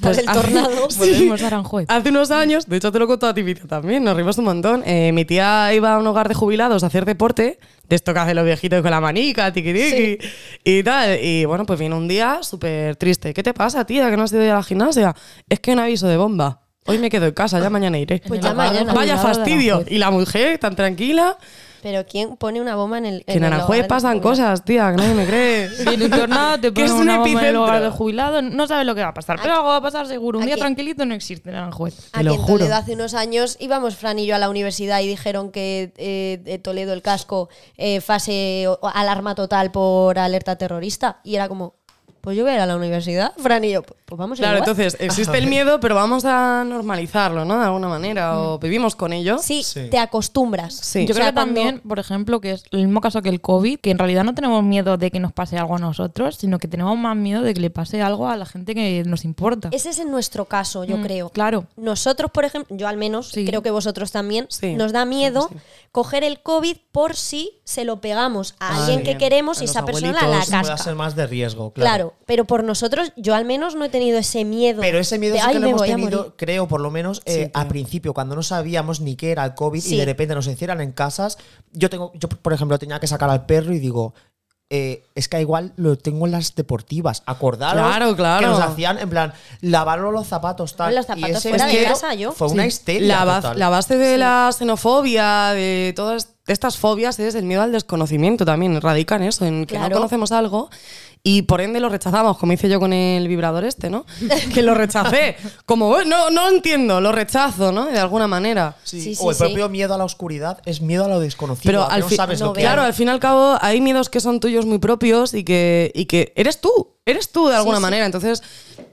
S4: Pues
S2: Por el tornado.
S5: Volvemos a Aranjuez.
S4: Hace unos años, de hecho te lo he contado a ti, mi tía, también, nos rimos un montón. Eh, mi tía iba a un hogar de jubilados a hacer deporte, de esto que hacen los viejitos con la manica, tiquiriqui y tal. Y bueno, pues viene un día súper triste. ¿Qué te pasa, tía, que no has ido ya a la gimnasia? Es que un aviso de bomba. Hoy me quedo en casa, ya mañana iré.
S2: Pues ya mañana.
S4: Vaya
S5: Jubilado de
S4: fastidio.
S5: Aranjuez.
S4: Y la mujer tan tranquila.
S2: Pero ¿quién pone una bomba en el.
S4: Que en
S2: el
S4: Aranjuez
S2: hogar de
S4: pasan
S2: los jubilados?
S4: cosas, tía, que nadie me cree.
S5: Viene un tornado, te
S4: (laughs) Que
S5: ponen
S4: es un
S5: una bomba en el
S4: epicentro.
S5: hogar del jubilado, no sabes lo que va a pasar, pero algo va a pasar seguro. Un día
S2: Aquí.
S5: tranquilito no existe en Aranjuez.
S4: Te
S2: Aquí
S4: lo
S2: en
S4: juro.
S2: Toledo hace unos años íbamos Fran y yo a la universidad y dijeron que eh, de Toledo el casco eh, fase o- alarma total por alerta terrorista y era como pues yo voy a ir a la universidad Fran y yo pues vamos a ir
S4: Claro,
S2: igual".
S4: entonces existe el miedo, pero vamos a normalizarlo, ¿no? De alguna manera, o vivimos con ello.
S2: sí,
S3: Sí.
S2: te acostumbras
S4: Sí.
S5: Yo
S2: O sea,
S5: creo que
S2: cuando-
S5: también, por ejemplo, que es el mismo caso que el COVID, que en realidad no tenemos miedo de que nos pase algo a nosotros, sino que tenemos más miedo de que le pase algo a la gente que nos importa.
S2: ese es en nuestro caso yo
S5: Mm,
S2: creo
S5: Claro.
S2: nosotros por ejemplo yo al menos
S5: Sí.
S2: creo que vosotros también
S4: Sí.
S2: nos da miedo
S4: Sí, sí.
S2: coger el covid por si se lo pegamos a
S3: Ah,
S2: alguien
S3: sí.
S2: que queremos
S4: A
S2: y
S4: los
S2: esa persona la
S4: abuelitos,
S2: casca
S3: Puede ser más de riesgo, claro.
S2: Claro. pero por nosotros, yo al menos no he tenido ese miedo.
S3: Pero ese miedo
S2: de,
S3: sí que
S2: "Ay,
S3: lo
S2: me
S3: hemos
S2: voy a
S3: tenido,
S2: morir".
S3: creo, por lo menos eh, al principio, cuando no sabíamos ni qué era el COVID y
S2: Sí.
S3: de repente nos encierran en casas. Yo tengo, yo por ejemplo tenía que sacar al perro y digo. eh, es que igual lo tengo en las deportivas. Acordaros
S4: Claro, claro.
S3: que nos hacían en plan lavaros los zapatos tal.
S2: Los zapatos
S3: y ese
S2: fuera
S4: de
S3: miedo
S2: casa, yo.
S3: Fue una
S4: Sí.
S3: histeria.
S4: La, ba-
S3: total.
S4: la base de la xenofobia, de todas estas fobias, es el miedo al desconocimiento también. Radica en eso, en que no
S2: Claro.
S4: conocemos algo y por ende lo rechazamos, como hice yo con el vibrador este, ¿no? que lo rechacé. Como, "Eh, no, no entiendo, lo rechazo, ¿no? De alguna manera.
S3: Sí,
S2: Sí, sí,
S3: o el
S2: sí.
S3: propio miedo a la oscuridad es miedo a lo desconocido.
S4: Pero
S3: a que
S4: al
S3: no
S4: fin-
S3: sabes
S2: no
S3: lo que
S4: Claro,
S3: hay.
S4: al fin y al cabo hay miedos que son tuyos muy propios y que, y que eres tú, eres tú de alguna
S2: sí.
S4: manera. Entonces,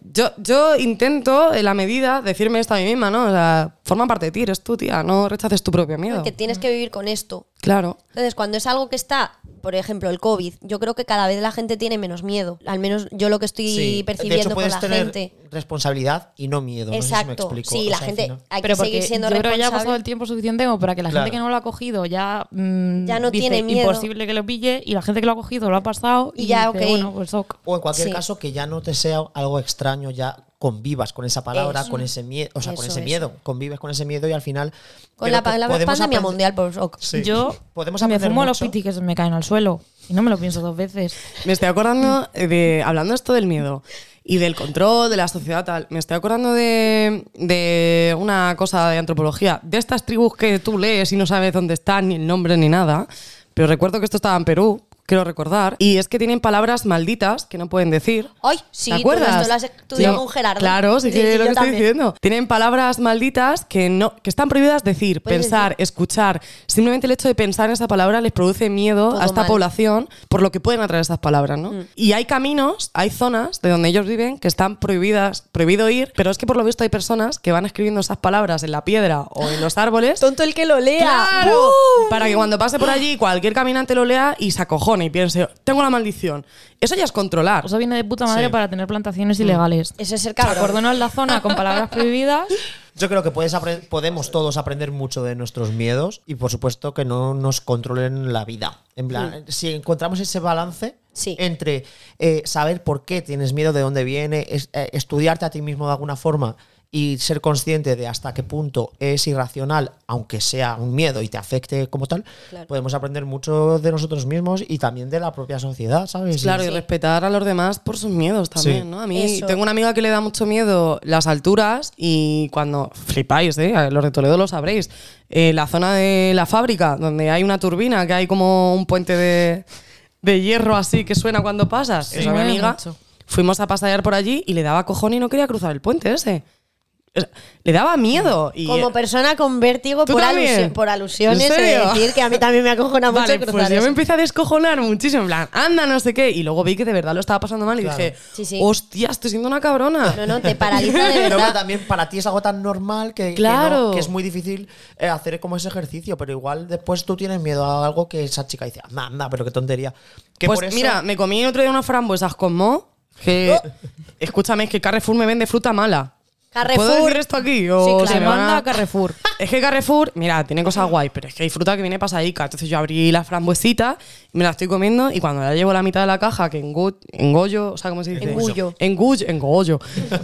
S4: yo, yo intento, en la medida, decirme esto a mí misma, ¿no? O sea, forma parte de ti, eres tú, tía, no rechaces tu propio miedo.
S2: Porque tienes que vivir con esto.
S4: Claro.
S2: Entonces, cuando es algo que está, por ejemplo, el COVID, yo creo que cada vez la gente tiene menos miedo. Al menos yo lo que estoy
S3: Sí. de
S2: percibiendo
S3: hecho,
S2: con
S3: puedes
S2: la
S3: tener
S2: gente.
S3: responsabilidad y no miedo. No sé si
S2: Exacto.
S3: me explico.
S2: sí,
S3: O
S2: la
S3: sea, al
S2: gente
S3: final-
S2: hay que
S5: Pero porque
S2: seguir siendo
S5: yo creo que ya ha pasado el
S2: responsable.
S5: tiempo suficiente como para que la
S3: Claro.
S5: gente que no lo ha cogido ya mm,
S2: Ya no
S5: dice,
S2: tiene miedo.
S5: imposible que lo pille y la gente que lo ha cogido lo ha pasado y,
S2: Y ya,
S5: dice,
S2: ok.
S5: bueno, pues ok.
S3: O en cualquier
S2: Sí.
S3: caso, que ya no te sea algo extraño, ya convivas con esa palabra,
S2: Eso.
S3: con ese miedo, o sea, con
S2: Eso,
S3: ese
S2: eso.
S3: miedo, convives con ese miedo y al final...
S2: Con
S3: creo
S2: la
S3: que
S2: palabra
S3: podemos
S2: pandemia
S3: aprender-
S2: mundial, por ok.
S3: Sí.
S5: Yo
S3: Podemos
S5: me
S3: aprender
S5: fumo los
S3: mucho.
S5: piti que se me caen al suelo y no me lo pienso dos veces.
S4: Me estoy acordando de. Hablando esto del miedo y del control de la sociedad, tal. Me estoy acordando de, de una cosa de antropología. De estas tribus que tú lees y no sabes dónde están, ni el nombre ni nada. Pero recuerdo que esto estaba en Perú, quiero recordar. Y es que tienen palabras malditas que no pueden decir.
S2: Ay, sí,
S4: ¿Te
S2: tú
S4: acuerdas?
S2: esto lo has estudiado
S4: Sí.
S2: con Gerardo.
S4: Claro, sí
S2: Sí,
S4: que es
S2: sí,
S4: lo que
S2: yo
S4: estoy
S2: también.
S4: diciendo. Tienen palabras malditas que no que están prohibidas decir,
S2: Puedes
S4: pensar, escuchar. Simplemente el hecho de pensar en esa palabra les produce miedo
S2: Todo
S4: a esta
S2: mal. Mm.
S4: población por lo que pueden atraer esas palabras, ¿no? Y hay caminos, hay zonas de donde ellos viven que están prohibidas, prohibido ir, pero es que por lo visto hay personas que van escribiendo esas palabras en la piedra o en los
S2: (laughs)
S4: árboles
S2: Tonto el que lo lea.
S4: ¡Claro! Para que cuando pase por allí cualquier caminante lo lea y se acojone y piense, tengo la maldición. Eso ya es controlar.
S5: Eso viene de puta madre
S3: Sí.
S5: para tener plantaciones ilegales.
S2: Eso es ser cabrón.
S5: Acordonas la zona con palabras prohibidas.
S3: Yo creo que puedes apre- podemos todos aprender mucho de nuestros miedos y por supuesto que no nos controlen la vida. En plan, si encontramos ese balance
S2: Sí.
S3: entre eh, saber por qué tienes miedo, de dónde viene, es- eh, estudiarte a ti mismo de alguna forma y ser consciente de hasta qué punto es irracional, aunque sea un miedo y te afecte como tal,
S2: Claro.
S3: podemos aprender mucho de nosotros mismos y también de la propia sociedad, ¿sabes?
S4: Claro,
S3: Y-
S4: y respetar a los demás por sus miedos también,
S3: Sí.
S4: ¿no? A mí
S2: Eso.
S4: tengo una amiga que le da mucho miedo las alturas y cuando flipáis, ¿eh? A los de Toledo lo sabréis, eh, la zona de la fábrica donde hay una turbina, que hay como un puente de, de hierro así que suena cuando pasas. Esa mi
S5: Suena
S4: amiga.
S5: mucho.
S4: Fuimos a pasear por allí y le daba cojón y no quería cruzar el puente ese. O sea, Le daba miedo. Y eh,
S2: Como persona con vértigo
S4: ¿Tú
S2: por,
S4: también?
S2: alusio- por alusiones,
S4: ¿En
S2: he de
S4: serio?
S2: decir que a mí también me acojona mucho
S4: Vale,
S2: cruzar
S4: pues yo
S2: eso.
S4: me empecé a descojonar muchísimo, en plan, anda, no sé qué. Y luego vi que de verdad lo estaba pasando mal y
S3: Claro.
S4: dije,
S2: Sí, sí.
S4: hostia, estoy siendo una cabrona.
S2: No, no, te paraliza de
S3: (laughs) Pero claro,
S2: verdad.
S3: también para ti es algo tan normal que, que no-
S4: Claro.
S3: que es muy difícil eh, hacer como ese ejercicio, pero igual después tú tienes miedo a algo que esa chica dice, anda, anda, pero qué tontería. Que
S4: pues
S3: por eso-
S4: mira, me comí otro día unas frambuesas con mo, que escúchame, es que Carrefour me vende fruta mala. ¿Puedo
S2: Carrefour.
S4: decir esto aquí? O
S2: Sí, claro.
S4: se me van
S5: Demanda a Carrefour.
S4: (laughs) Es que Carrefour, mira, tiene cosas guay, pero es que hay fruta que viene pasadica. Entonces yo abrí la frambuesita, me la estoy comiendo y cuando ya llevo la mitad de la caja, que engu- engollo, o sea, ¿cómo se dice?
S2: Engullo.
S4: Engullo, engollo.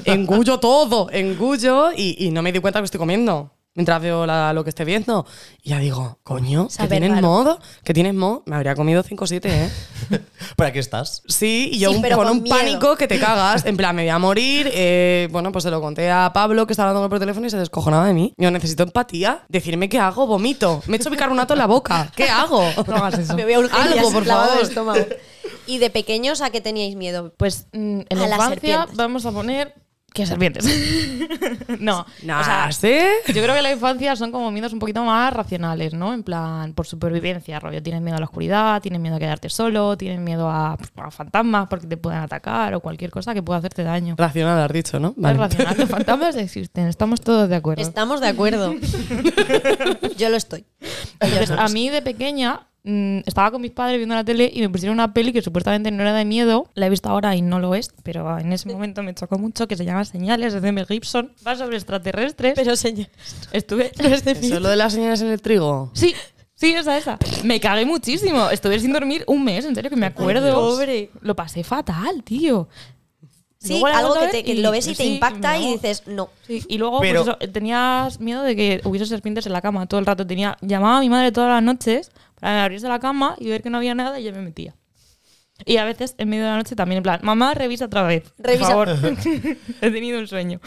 S4: engullo todo, engullo y, y no me di cuenta que estoy comiendo. Mientras veo la- lo que esté viendo, y ya digo, coño, que
S2: Sabe
S4: tienes
S2: raro.
S4: modo, que tienes modo, me habría comido 5 o 7, ¿eh?
S3: (laughs) ¿Para qué estás?
S4: Sí, y yo
S2: Sí,
S4: un-
S2: pero
S4: con,
S2: con
S4: un
S2: miedo.
S4: pánico que te cagas. En plan, me voy a morir. eh, bueno, pues se lo conté a Pablo que estaba hablando por teléfono y se descojonaba de mí. Yo necesito empatía. Decirme qué hago, vomito. Me echo bicarbonato en la boca. (laughs) ¿Qué hago?
S5: (laughs) No hagas eso.
S2: Me voy a urgencias,
S4: Algo, por
S2: lavado de
S4: favor.
S2: estómago. ¿Y de pequeños a qué teníais miedo?
S5: Pues mm, en
S2: A
S5: la
S2: las
S5: infancia
S2: serpientes.
S5: vamos a poner que serpientes. (laughs) no,
S4: Nah,
S5: o sea,
S4: ¿sí?
S5: yo creo que en la infancia son como miedos un poquito más racionales, ¿no? En plan, por supervivencia, rollo, tienes miedo a la oscuridad, tienes miedo a quedarte solo, tienes miedo a, a fantasmas porque te pueden atacar o cualquier cosa que pueda hacerte daño.
S4: Racional, has dicho, ¿no?
S5: Es racional, los fantasmas existen, estamos todos de acuerdo.
S2: Estamos de acuerdo. Yo lo estoy.
S5: Entonces, a mí de pequeña mm, estaba con mis padres viendo la tele y me pusieron una peli que supuestamente no era de miedo. La he visto ahora y no lo es, pero en ese momento me chocó mucho, que se llama Señales, es de Mel Gibson. Va sobre extraterrestres.
S2: Pero señor, (laughs)
S5: estuve...
S4: ¿Eso es lo de las señales en el trigo?
S5: Sí, sí, esa, esa. Me cagué muchísimo. Estuve sin dormir un mes, en serio, que me acuerdo.
S2: pobre.
S5: Lo pasé fatal, tío.
S2: Sí,
S5: Luego la he
S2: algo
S5: vuelto
S2: que,
S5: a
S2: te-
S5: ver
S2: que lo ves y te
S5: sí,
S2: impacta
S5: me
S2: y
S5: lo-
S2: dices, no.
S5: Sí, y luego
S3: Pero-
S5: pues eso, tenías miedo de que hubiese serpientes en la cama todo el rato. Tenía, llamaba a mi madre todas las noches para abrirse la cama y ver que no había nada y yo me metía. Y a veces en medio de la noche también en plan, mamá, revisa otra vez. por
S2: Revisa.
S5: (laughs) favor". He tenido un sueño.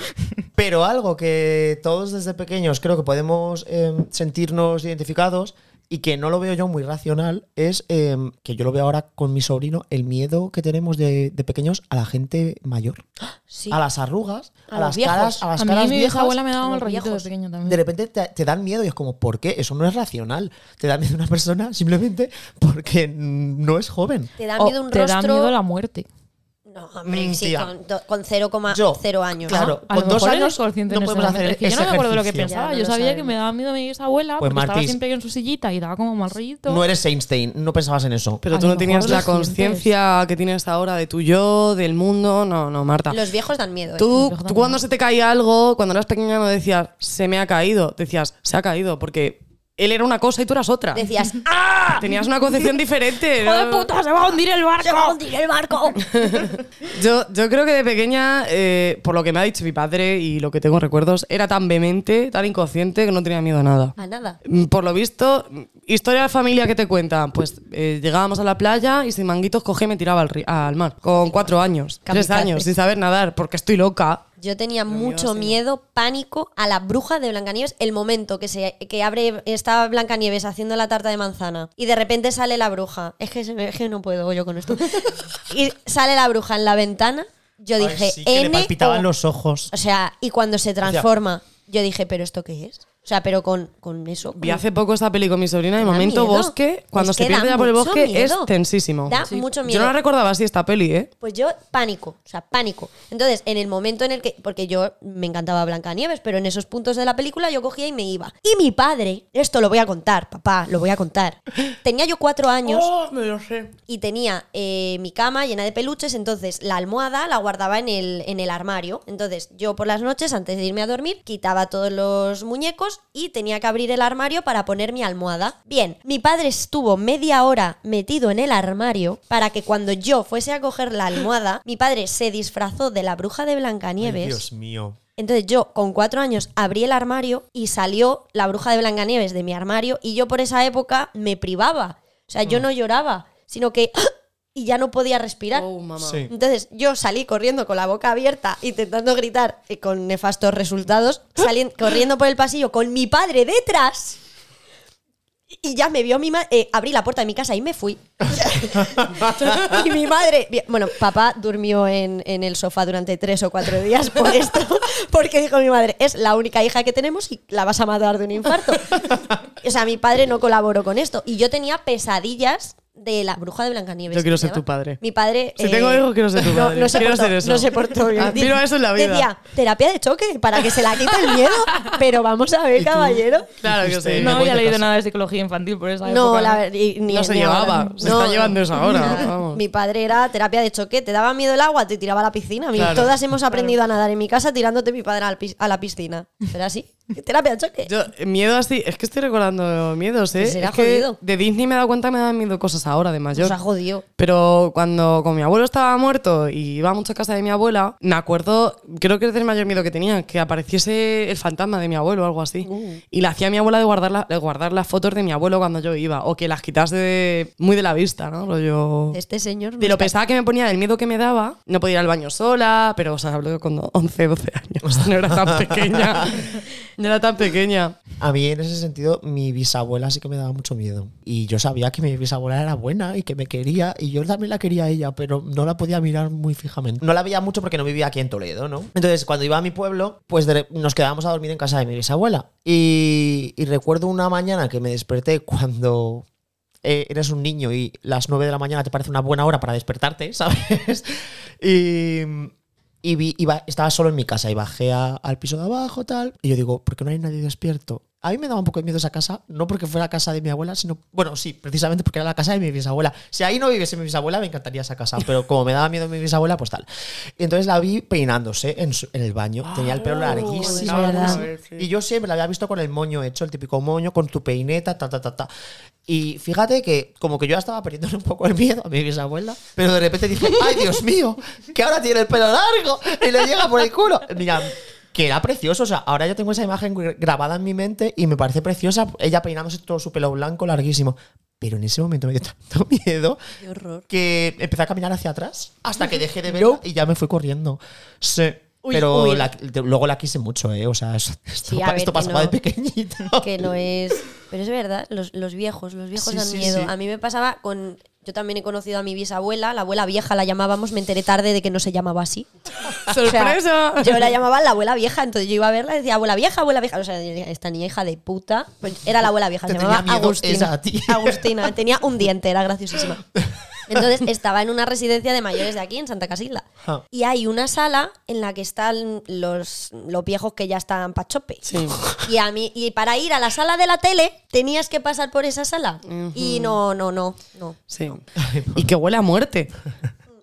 S3: Pero algo que todos desde pequeños creo que podemos eh, sentirnos identificados y que no lo veo yo muy racional es eh, que yo lo veo ahora con mi sobrino, el miedo que tenemos de, de pequeños a la gente mayor,
S2: Sí.
S3: a las arrugas,
S2: A
S3: a,
S2: los
S3: las
S2: viejos.
S3: caras, a las
S5: A mí
S3: caras
S5: mi
S3: viejas.
S5: vieja abuela me daba
S2: a
S5: mal
S2: los
S5: rollito de
S2: viejos.
S5: pequeño
S3: De
S5: también.
S3: repente te, te dan miedo y es como, ¿por qué? Eso no es racional. Te da miedo una persona simplemente porque mm, no es joven.
S2: Te da
S5: O
S2: miedo un
S5: Oh, te da
S2: rostro.
S5: miedo la muerte.
S2: No, hombre,
S3: Mm,
S2: sí,
S3: tía.
S2: con, do- con 0,0
S3: Yo,
S2: años.
S3: claro.
S5: A
S3: Con
S5: lo
S3: dos
S5: mejor
S3: años
S5: eres consciente
S3: no
S5: en ese
S3: podemos
S5: momento.
S3: hacer
S5: Es que yo no
S3: ese
S5: me acuerdo lo que
S3: ejercicio.
S5: pensaba.
S2: Ya, no
S5: yo
S2: lo
S5: sabía que
S2: sabemos.
S5: me daba miedo mi bisabuela
S3: Pues,
S5: porque estaba
S3: Martís,
S5: siempre en su sillita y daba como mal rollito.
S3: No eres Einstein, no pensabas en eso.
S4: Pero
S5: A
S4: tú
S5: lo
S4: no tenías
S5: mejor
S4: la
S5: los sientes.
S4: conciencia que tienes ahora de tu yo, del mundo. No, no, Marta.
S2: Los viejos dan miedo. ¿eh?
S4: Tú,
S5: Los
S4: tú
S5: dos.
S4: cuando se te caía algo, cuando eras pequeña no decías, se me ha caído, decías, se ha caído, porque él era una cosa y tú eras otra.
S2: Decías, ¡ah!
S4: Tenías una
S2: (laughs)
S4: concepción diferente.
S5: ¡Hijo de
S4: ¿no?
S5: puta! ¡Se va a hundir el
S2: ¡Se va a
S5: barco!
S2: hundir el barco!
S4: Yo, yo creo que de pequeña, eh, por lo que me ha dicho mi padre y lo que tengo recuerdos, era tan vehemente, tan inconsciente que no tenía miedo a nada.
S2: A nada.
S4: Mm, Por lo visto, mm, historia de familia que te cuentan. Pues eh, llegábamos a la playa y sin manguitos cogí y me tiraba al, ri- al mar. Con cuatro años, tres
S2: Kamikaze.
S4: años, sin saber nadar, porque estoy loca.
S2: Yo tenía mucho miedo, pánico a la bruja de Blancanieves el momento que se que abre está Blancanieves haciendo la tarta de manzana y de repente sale la bruja. Es que, se me- es que no puedo yo con esto.
S4: (laughs)
S2: y sale la bruja en la ventana. Yo dije,
S3: Ay, sí, que le
S2: "N
S3: palpitaban
S2: o-".
S3: los ojos.
S2: O sea, y cuando se transforma, yo dije, pero esto qué es? O sea, pero con, con eso con-
S4: Vi hace poco esta peli con mi sobrina y el
S2: Da
S4: momento
S2: miedo.
S4: bosque, cuando
S2: Es
S4: se
S2: que da
S4: pierde ya por el
S2: mucho
S4: bosque,
S2: miedo.
S4: es tensísimo.
S2: Da mucho
S4: Yo no la
S2: miedo.
S4: recordaba así esta peli, ¿eh?
S2: Pues yo pánico, o sea, pánico. Entonces, en el momento en el que. Porque yo me encantaba Blancanieves, pero en esos puntos de la película yo cogía y me iba. Y mi padre, esto lo voy a contar, papá, lo voy a contar. Tenía yo cuatro años
S3: Oh,
S4: me lo sé.
S2: y tenía eh, mi cama llena de peluches, entonces la almohada la guardaba en el, en el armario. Entonces yo por las noches, antes de irme a dormir, quitaba todos los muñecos y tenía que abrir el armario para poner mi almohada. Bien, mi padre estuvo media hora metido en el armario para que cuando yo fuese a coger la almohada, mi padre se disfrazó de la bruja de
S3: Ay,
S2: Blancanieves
S3: Dios mío.
S2: Entonces yo con cuatro años abrí el armario y salió la bruja de Blancanieves de mi armario y yo por esa época me privaba. O sea, yo no lloraba, sino que... ¡ah! Y ya no podía respirar.
S4: Oh, mamá.
S3: Sí.
S2: Entonces yo salí corriendo con la boca abierta, intentando gritar y con nefastos resultados, salí corriendo por el pasillo con mi padre detrás. Y ya me vio mi madre, abrí la puerta de mi casa y me fui. (laughs) y mi madre, bueno, papá durmió en, en el sofá durante tres o cuatro días por esto, porque dijo mi madre, es la única hija que tenemos y la vas a matar de un infarto. O sea, mi padre no colaboró con esto. Y yo tenía pesadillas de la bruja de Blancanieves.
S4: Yo quiero
S2: que se
S4: ser tu
S2: llama.
S4: padre.
S2: Mi padre...
S4: Si tengo hijos, quiero ser tu
S2: Eh, no-
S4: padre.
S2: No, se
S4: Quiero
S2: portó,
S4: ser eso.
S2: no se portó bien.
S4: Admiro
S2: Di-
S4: eso en la vida.
S2: Decía, terapia de choque, para que se la quite el
S4: (laughs)
S2: miedo. Pero vamos a ver, caballero.
S4: Claro que
S3: Dijiste,
S4: sí.
S5: No
S3: Eh, voy
S5: había
S3: de
S5: leído
S3: casa.
S5: nada de psicología infantil por esa
S2: No,
S5: época.
S2: la ver- y- ni
S4: No se
S2: ni
S4: llevaba,
S2: ahora.
S4: se está llevando eso ahora,
S2: nada.
S4: vamos.
S2: Mi padre era terapia de choque, te daba miedo el agua, te tiraba a la piscina. A mí
S4: Claro.
S2: Todas hemos aprendido a nadar en mi casa tirándote mi padre al pis- a la piscina. ¿Era así? (laughs) Terapia de choque.
S4: Yo, miedo así, es que estoy recordando miedos, ¿eh?
S2: Pues será
S4: Es que
S2: jodido.
S4: De Disney me he dado cuenta que me dan miedo cosas ahora de mayor.
S2: Nos ha jodido.
S4: Pero cuando con mi abuelo estaba muerto y iba mucho a casa de mi abuela, me acuerdo, creo que es el mayor miedo que tenía, que apareciese el fantasma de mi abuelo o algo así.
S2: Uh.
S4: Y le hacía a mi abuela de guardar, la- de guardar las fotos de mi abuelo cuando yo iba, o que las quitase de- muy de la vista, ¿no? Rollo-
S2: Este señor. no
S4: De lo
S2: está-
S4: pesada que me ponía, del miedo que me daba, no podía ir al baño sola, pero, o sea, hablo con 11, 12 años, (laughs) no era tan
S2: (laughs)
S4: pequeña. No era tan pequeña.
S3: A mí en ese sentido, mi bisabuela sí que me daba mucho miedo. Y yo sabía que mi bisabuela era buena y que me quería, y yo también la quería a ella, pero no la podía mirar muy fijamente. No la veía mucho porque no vivía aquí en Toledo, ¿no? Entonces, cuando iba a mi pueblo, pues de- nos quedábamos a dormir en casa de mi bisabuela. Y, y recuerdo una mañana que me desperté cuando eh, eres un niño y las 9 de la mañana te parece una buena hora para despertarte, (laughs) ¿sabes? Y, y vi- iba- estaba solo en mi casa y bajé a- al piso de abajo, tal. Y yo digo, ¿por qué no hay nadie despierto? A mí me daba un poco de miedo esa casa, no porque fuera casa de mi abuela, sino, bueno, sí, precisamente porque era la casa de mi bisabuela. Si ahí no viviese mi bisabuela, me encantaría esa casa, pero como me daba miedo mi bisabuela, pues tal. Y entonces la vi peinándose en, su- en el baño, tenía el
S4: Ah,
S3: pelo
S2: es
S3: larguísimo.
S2: verdad.
S3: Y yo siempre la había visto con el moño hecho, el típico moño, con tu peineta, ta, ta, ta, ta. Y fíjate que como que yo ya estaba perdiendo (laughs) un poco el miedo a mi bisabuela, pero de repente dije, ay Dios mío, que ahora tiene el pelo largo y le llega por el culo. Mira, que era precioso, o sea, ahora yo tengo esa imagen gr- grabada en mi mente y me parece preciosa, ella peinándose todo su pelo blanco larguísimo. Pero en ese momento me dio tanto (laughs) miedo
S2: Qué horror.
S3: que empecé a caminar hacia atrás hasta que dejé de verla y ya me fui corriendo. Sí.
S2: Uy,
S3: pero
S2: uy.
S3: la- te- luego la quise mucho, ¿eh? O sea, (laughs) es- esto,
S2: Sí, a
S3: pa-
S2: ver,
S3: esto
S2: que
S3: pasaba
S2: no.
S3: de pequeñito.
S2: (laughs) que no es. Pero es verdad, los, los viejos, los viejos
S3: Sí,
S2: dan
S3: sí,
S2: miedo.
S3: sí.
S2: A mí me pasaba con. Yo también he conocido a mi bisabuela, la abuela vieja la llamábamos, me enteré tarde de que no se llamaba así. (laughs) O sea,
S4: ¡Sorpresa!
S2: yo la llamaba la abuela vieja, entonces yo iba a verla y decía, abuela vieja, abuela vieja. O sea, yo decía, esta niña hija de puta. Pues era la abuela vieja, se
S3: Te
S2: llamaba
S3: tenía miedo
S2: Agustina.
S3: esa a ti.
S2: (laughs) Agustina, tenía un diente, era graciosísima. Entonces estaba en una residencia de mayores de aquí, en Santa Casilda.
S3: Ah.
S2: Y hay una sala en la que están los, los viejos que ya están pa' chope. Y, a mí, y para ir a la sala de la tele tenías que pasar por esa sala. Y no, no, no, no.
S4: Sí. Y que huele a
S3: (laughs)
S4: muerte.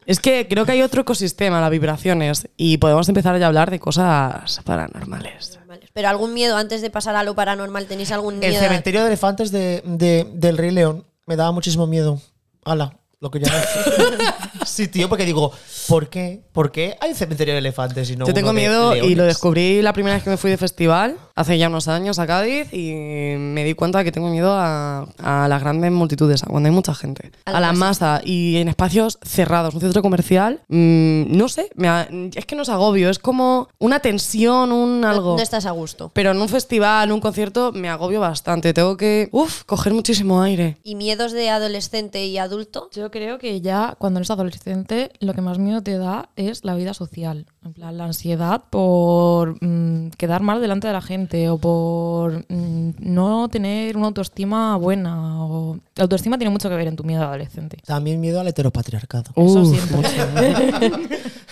S4: Es que creo que hay otro ecosistema, las vibraciones, y podemos empezar ya a hablar de cosas paranormales.
S2: Vale. Pero algún miedo antes de pasar a lo paranormal, ¿tenéis algún
S3: El
S2: miedo?
S3: cementerio de elefantes de, de- del Rey León me daba muchísimo miedo. Ala, lo que ya (laughs) Sí, tío, porque digo, ¿por qué? ¿Por qué hay un cementerio de elefantes y no
S4: Yo tengo
S3: uno de
S4: miedo y
S3: leones?
S4: lo descubrí la primera vez que me fui de festival, hace ya unos años a Cádiz, y me di cuenta de que tengo miedo a, a las grandes multitudes, a cuando hay mucha gente,
S2: A
S4: a
S2: la
S4: la, masa y en espacios cerrados. Un centro comercial, mm, no sé, me a- es que no es agobio, es como una tensión, un
S2: No-
S4: algo.
S2: no estás a gusto.
S4: Pero en un festival, en un concierto, me agobio bastante. Tengo que, uff, coger muchísimo aire.
S2: ¿Y miedos de adolescente y adulto?
S5: Yo creo que ya cuando eres adolescente lo que más miedo te da es la vida social. En plan, la ansiedad por mm, quedar mal delante de la gente o por mm, no tener una autoestima buena. O... La autoestima tiene mucho que ver en tu miedo adolescente.
S3: También miedo al heteropatriarcado.
S5: Eso
S4: Uf,
S5: siempre. (laughs)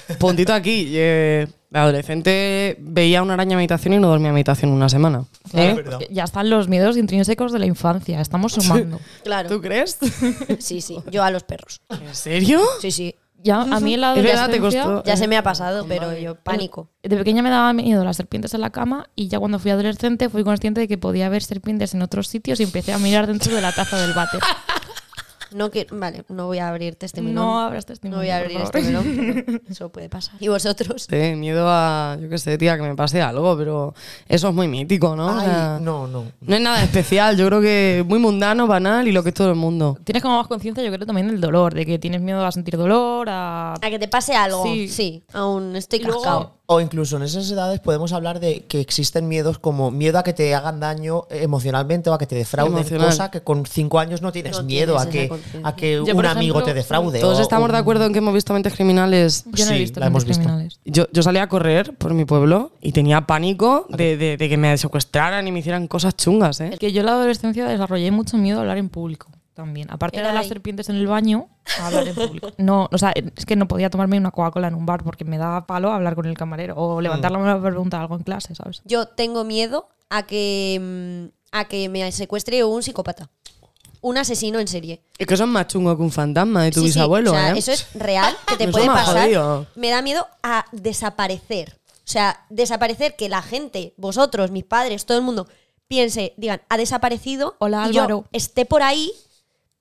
S3: Ah,
S4: Puntito aquí. eh, de adolescente veía una araña en mi habitación y no dormía en mi habitación una semana.
S5: Claro,
S3: verdad.
S5: porque ya están los miedos intrínsecos de la infancia. Estamos (laughs) sumando.
S2: Claro.
S4: ¿Tú
S3: (laughs)
S4: crees?
S2: Sí, sí. Yo a los perros.
S4: ¿En serio?
S2: Sí, sí.
S5: Ya a mí en la
S4: Es verdad, te
S5: adolescencia-
S4: costó.
S2: Ya se me ha pasado, pero yo pánico.
S5: De pequeña me daba miedo las serpientes en la cama y ya cuando fui adolescente
S2: (laughs)
S5: fui consciente de que podía haber serpientes en otros sitios y empecé a mirar dentro de la taza del váter.
S2: No que, vale, no voy a abrirte este melón.
S5: No abras testimonio.
S2: No voy a
S5: por
S2: abrir
S5: favor.
S2: este melón. pero Eso puede pasar. ¿Y vosotros?
S4: Sí, miedo a, yo qué sé, tía, que me pase algo, pero eso es muy mítico, ¿no? O
S3: Ay,
S4: sea,
S3: no, no.
S4: No es nada especial, yo creo que es muy mundano, banal y lo que es todo el mundo.
S5: Tienes como más conciencia, yo creo, también del dolor, de que tienes miedo a sentir dolor, a.
S2: A que te pase algo. Sí.
S5: Sí.
S2: aún estoy
S5: Y luego-
S2: cascado.
S3: O incluso en esas edades podemos hablar de que existen miedos como miedo a que te hagan daño emocionalmente o a que te defrauden,
S4: Emocional.
S3: cosa que con cinco años no tienes
S2: No
S3: miedo
S2: tienes esa
S3: a que,
S2: conciencia.
S3: a que
S5: Yo, por
S3: un amigo
S5: ejemplo,
S3: te defraude.
S4: Todos
S3: o
S4: estamos de
S3: un-
S4: acuerdo en que hemos visto mentes criminales.
S5: Yo no
S3: Sí,
S5: he visto
S3: la hemos
S5: mentes
S3: visto.
S5: criminales.
S4: Yo, yo salí a correr por mi pueblo y tenía pánico de, de- de que me secuestraran y me hicieran cosas chungas, ¿eh?
S5: Que yo en la adolescencia desarrollé mucho miedo a hablar en público también. Aparte
S2: Era
S5: de las
S2: ahí.
S5: serpientes en el baño, a hablar en
S2: (laughs)
S5: público. No, o sea, es que no podía tomarme una Coca-Cola en un bar porque me daba palo hablar con el camarero o levantar
S3: Mm.
S5: la mano para preguntar algo en clase, ¿sabes?
S2: Yo tengo miedo a que, mm, a que me secuestre un psicópata. Un asesino en serie.
S4: Es que eso es más chungo que un fantasma de tu
S2: Sí, sí,
S4: bisabuelo,
S2: o sea,
S4: ¿eh?
S2: Eso es real, que te
S4: Eso
S2: puede
S4: me ha
S2: pasar.
S4: jodido.
S2: Me da miedo a desaparecer. O sea, desaparecer que la gente, vosotros, mis padres, todo el mundo, piense, digan, ha desaparecido.
S5: Hola,
S2: y yo
S5: Álvaro.
S2: esté por ahí,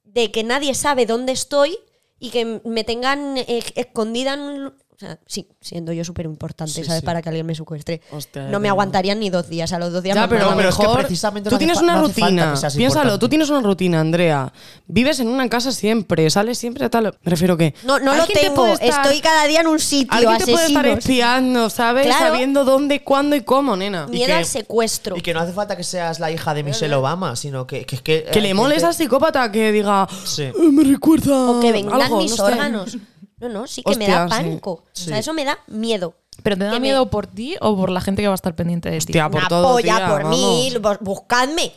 S2: de que nadie sabe dónde estoy y que me tengan eh, escondida en un lu- O sea, sí, siendo yo súper importante,
S3: Sí,
S2: ¿sabes?
S3: sí.
S2: Para que alguien me secuestre.
S4: Hostia,
S2: no me
S4: ya.
S2: aguantarían ni dos días. A los dos días
S4: Ya,
S2: me
S4: pero,
S3: No,
S4: a lo
S2: mandaban.
S3: pero es que
S4: mejor
S3: precisamente no
S4: tú
S3: hace
S4: tienes
S3: fa-
S4: una
S3: no hace falta
S4: rutina.
S3: que seas
S4: Piénsalo, tú
S3: importante.
S4: tienes una rutina, Andrea. Vives en una casa siempre, sales siempre a tal. Me refiero que.
S2: No, no lo
S4: alguien te
S2: tengo.
S4: puede estar-
S2: Estoy cada día en un sitio
S4: Alguien te puede estar
S2: asesino.
S4: espiando, ¿sabes?
S2: Claro.
S4: Sabiendo dónde, cuándo y cómo, nena.
S3: Y
S2: Miedo
S3: que-
S2: al secuestro.
S3: Y que no hace falta que seas la hija de Michelle Obama, sino que que, que,
S4: Que le moles al
S3: así.
S4: psicópata que diga,
S3: Sí.
S4: "Eh, me recuerda.
S2: o que vengan
S4: Mm, algo",
S2: mis
S4: no sé.
S2: órganos. No, no, sí que me da
S4: Hostia, sí.
S2: pánico. O sea, eso me da miedo.
S5: ¿Pero te da
S2: Que me-
S5: miedo por ti o por la gente que va a estar pendiente de ti?
S4: Hostia, por
S2: Una
S4: todo,
S2: polla
S4: tía,
S2: por
S4: vamos.
S2: mí, bu- buscadme.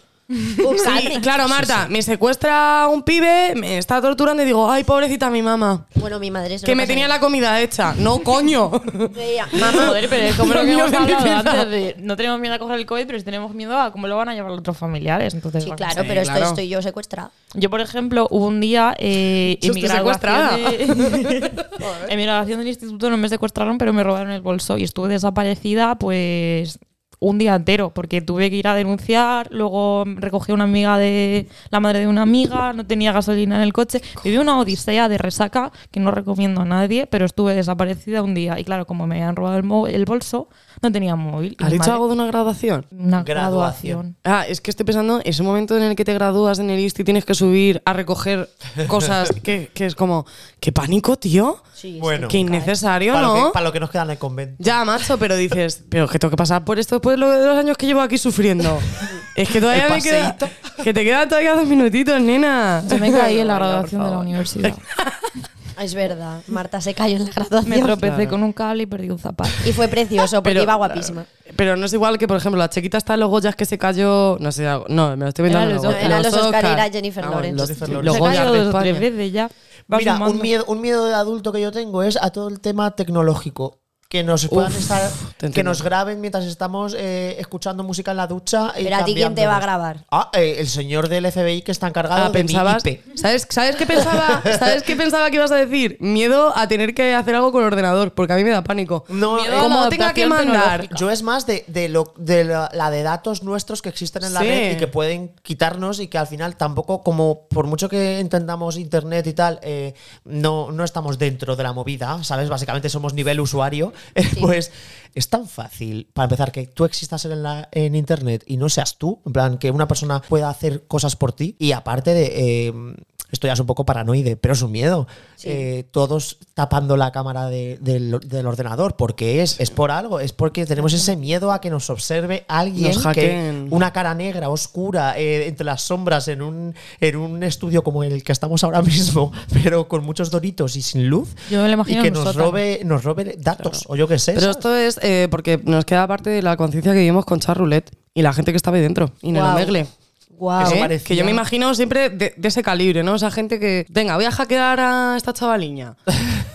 S2: Buscadme.
S4: Sí, claro, Marta, me secuestra un pibe, me está torturando y digo, ay, pobrecita mi mamá,
S2: Bueno, mi madre se
S4: que me tenía la comida hecha. No, coño.
S5: Mamá, joder, pero es como lo que
S4: Dios mío, de
S5: hemos
S4: mi
S5: hablado
S4: vida.
S5: antes de no tenemos miedo a coger el COVID, pero sí tenemos miedo a cómo lo van a llevar los otros familiares. Entonces,
S2: Sí,
S5: bueno,
S2: claro,
S4: Sí,
S2: pero estoy,
S4: claro.
S2: estoy yo secuestrada.
S5: Yo, por ejemplo, hubo un día eh,
S4: Yo
S5: en, mi
S4: estoy secuestrada. (laughs)
S5: graduación de- (laughs) en mi graduación del instituto no me secuestraron, pero me robaron el bolso y estuve desaparecida pues un día entero porque tuve que ir a denunciar, luego recogí a una amiga de la madre de una amiga, no tenía gasolina en el coche. Viví una odisea de resaca que no recomiendo a nadie, pero estuve desaparecida un día y claro, como me habían robado el, mo- el bolso, no tenía móvil. Y
S4: ¿Has
S5: mi
S4: dicho
S5: madre-
S4: algo de una graduación?
S5: Una graduación.
S3: Graduación.
S4: Ah, es que estoy pensando, ese momento en el que te gradúas en el IST y tienes que subir a recoger cosas, que, que es como, qué pánico, tío.
S2: Sí,
S3: Bueno.
S4: Qué innecesario,
S3: Para,
S4: ¿no?
S3: lo que, para lo que nos queda en el convento.
S4: Ya, macho, pero dices, pero que tengo que pasar por esto después de lo- de los años que llevo aquí sufriendo. Es que todavía
S3: El
S4: me queda,
S3: paseíto.
S4: que te quedan todavía dos minutitos, nena.
S5: Yo me caí en
S4: Venga,
S5: la
S4: por
S5: graduación de la
S4: favor.
S5: universidad.
S2: Es verdad. Marta se cayó en la graduación.
S5: Me tropecé con un cable y perdí un (laughs) zapato.
S2: Y fue precioso porque
S4: Pero-
S2: iba guapísima.
S4: Pero no es igual que, por ejemplo, la chiquita está en los Goyas que se cayó. No sé, no, me lo estoy inventando.
S5: Era los
S4: no,
S5: Oscar.
S4: en
S5: Era
S2: los Oscar,
S4: Oscar.
S2: era Jennifer Lawrence.
S4: los-
S3: Jennifer
S4: Los,
S3: Lawrence.
S5: Se ha
S4: Goyas
S5: caído
S4: de
S5: dos, tres
S4: España.
S5: veces ya. Va
S3: Mira, un
S5: sumando.
S3: miedo, un miedo de adulto que yo tengo es a todo el tema tecnológico. Que nos puedan estar,
S4: te
S3: que
S4: entiendo.
S3: nos graben mientras estamos eh, escuchando música en la ducha. Y
S2: Pero a ti, ¿quién te
S3: cambiándonos.
S2: va a grabar?
S3: Ah, eh, el señor del FBI que está encargado
S4: Ah,
S3: de mi
S4: pensabas.
S3: IP.
S4: ¿sabes, ¿Sabes qué pensaba? ¿Sabes qué pensaba que ibas a decir? Miedo a tener que hacer algo con el ordenador, porque a mí me da pánico.
S3: No,
S5: Miedo a
S3: eh,
S5: la
S4: Como tenga que
S5: adaptación
S4: mandar.
S5: tecnológica.
S3: yo es más de, de lo, de la, la de datos nuestros que existen en la
S4: Sí.
S3: red y que pueden quitarnos y que al final tampoco, como por mucho que entendamos internet y tal, eh, no, no estamos dentro de la movida, ¿sabes? Básicamente somos nivel usuario. (laughs) Pues es tan fácil, para empezar, que tú existas en, la, en internet y no seas tú, en plan, que una persona pueda hacer cosas por ti y aparte de... eh, esto ya es un poco paranoide, pero es un miedo. Eh, todos tapando la cámara de- del, del ordenador, porque es, es por algo, es porque tenemos ese miedo a que nos observe alguien
S4: Nos
S3: que
S4: hackeen.
S3: una cara negra, oscura, eh, entre las sombras, en un, en un estudio como el que estamos ahora mismo, (laughs) pero con muchos doritos y sin luz,
S5: Yo me lo
S3: y
S5: imagino
S3: que
S5: en un
S3: nos
S5: sótano.
S3: robe, nos robe datos, o yo qué sé.
S4: Pero
S3: ¿sabes?
S4: esto es eh, porque nos queda parte de la conciencia que vivimos con Charroulette y la gente que estaba ahí dentro, y no
S2: Guau.
S4: Megle.
S2: Guau.
S3: Eso
S4: ¿Eh?
S3: parecía-
S4: Que yo me imagino siempre de, de ese calibre, ¿no? Esa gente que, venga, voy a hackear a esta
S3: (laughs)
S4: chavaliña.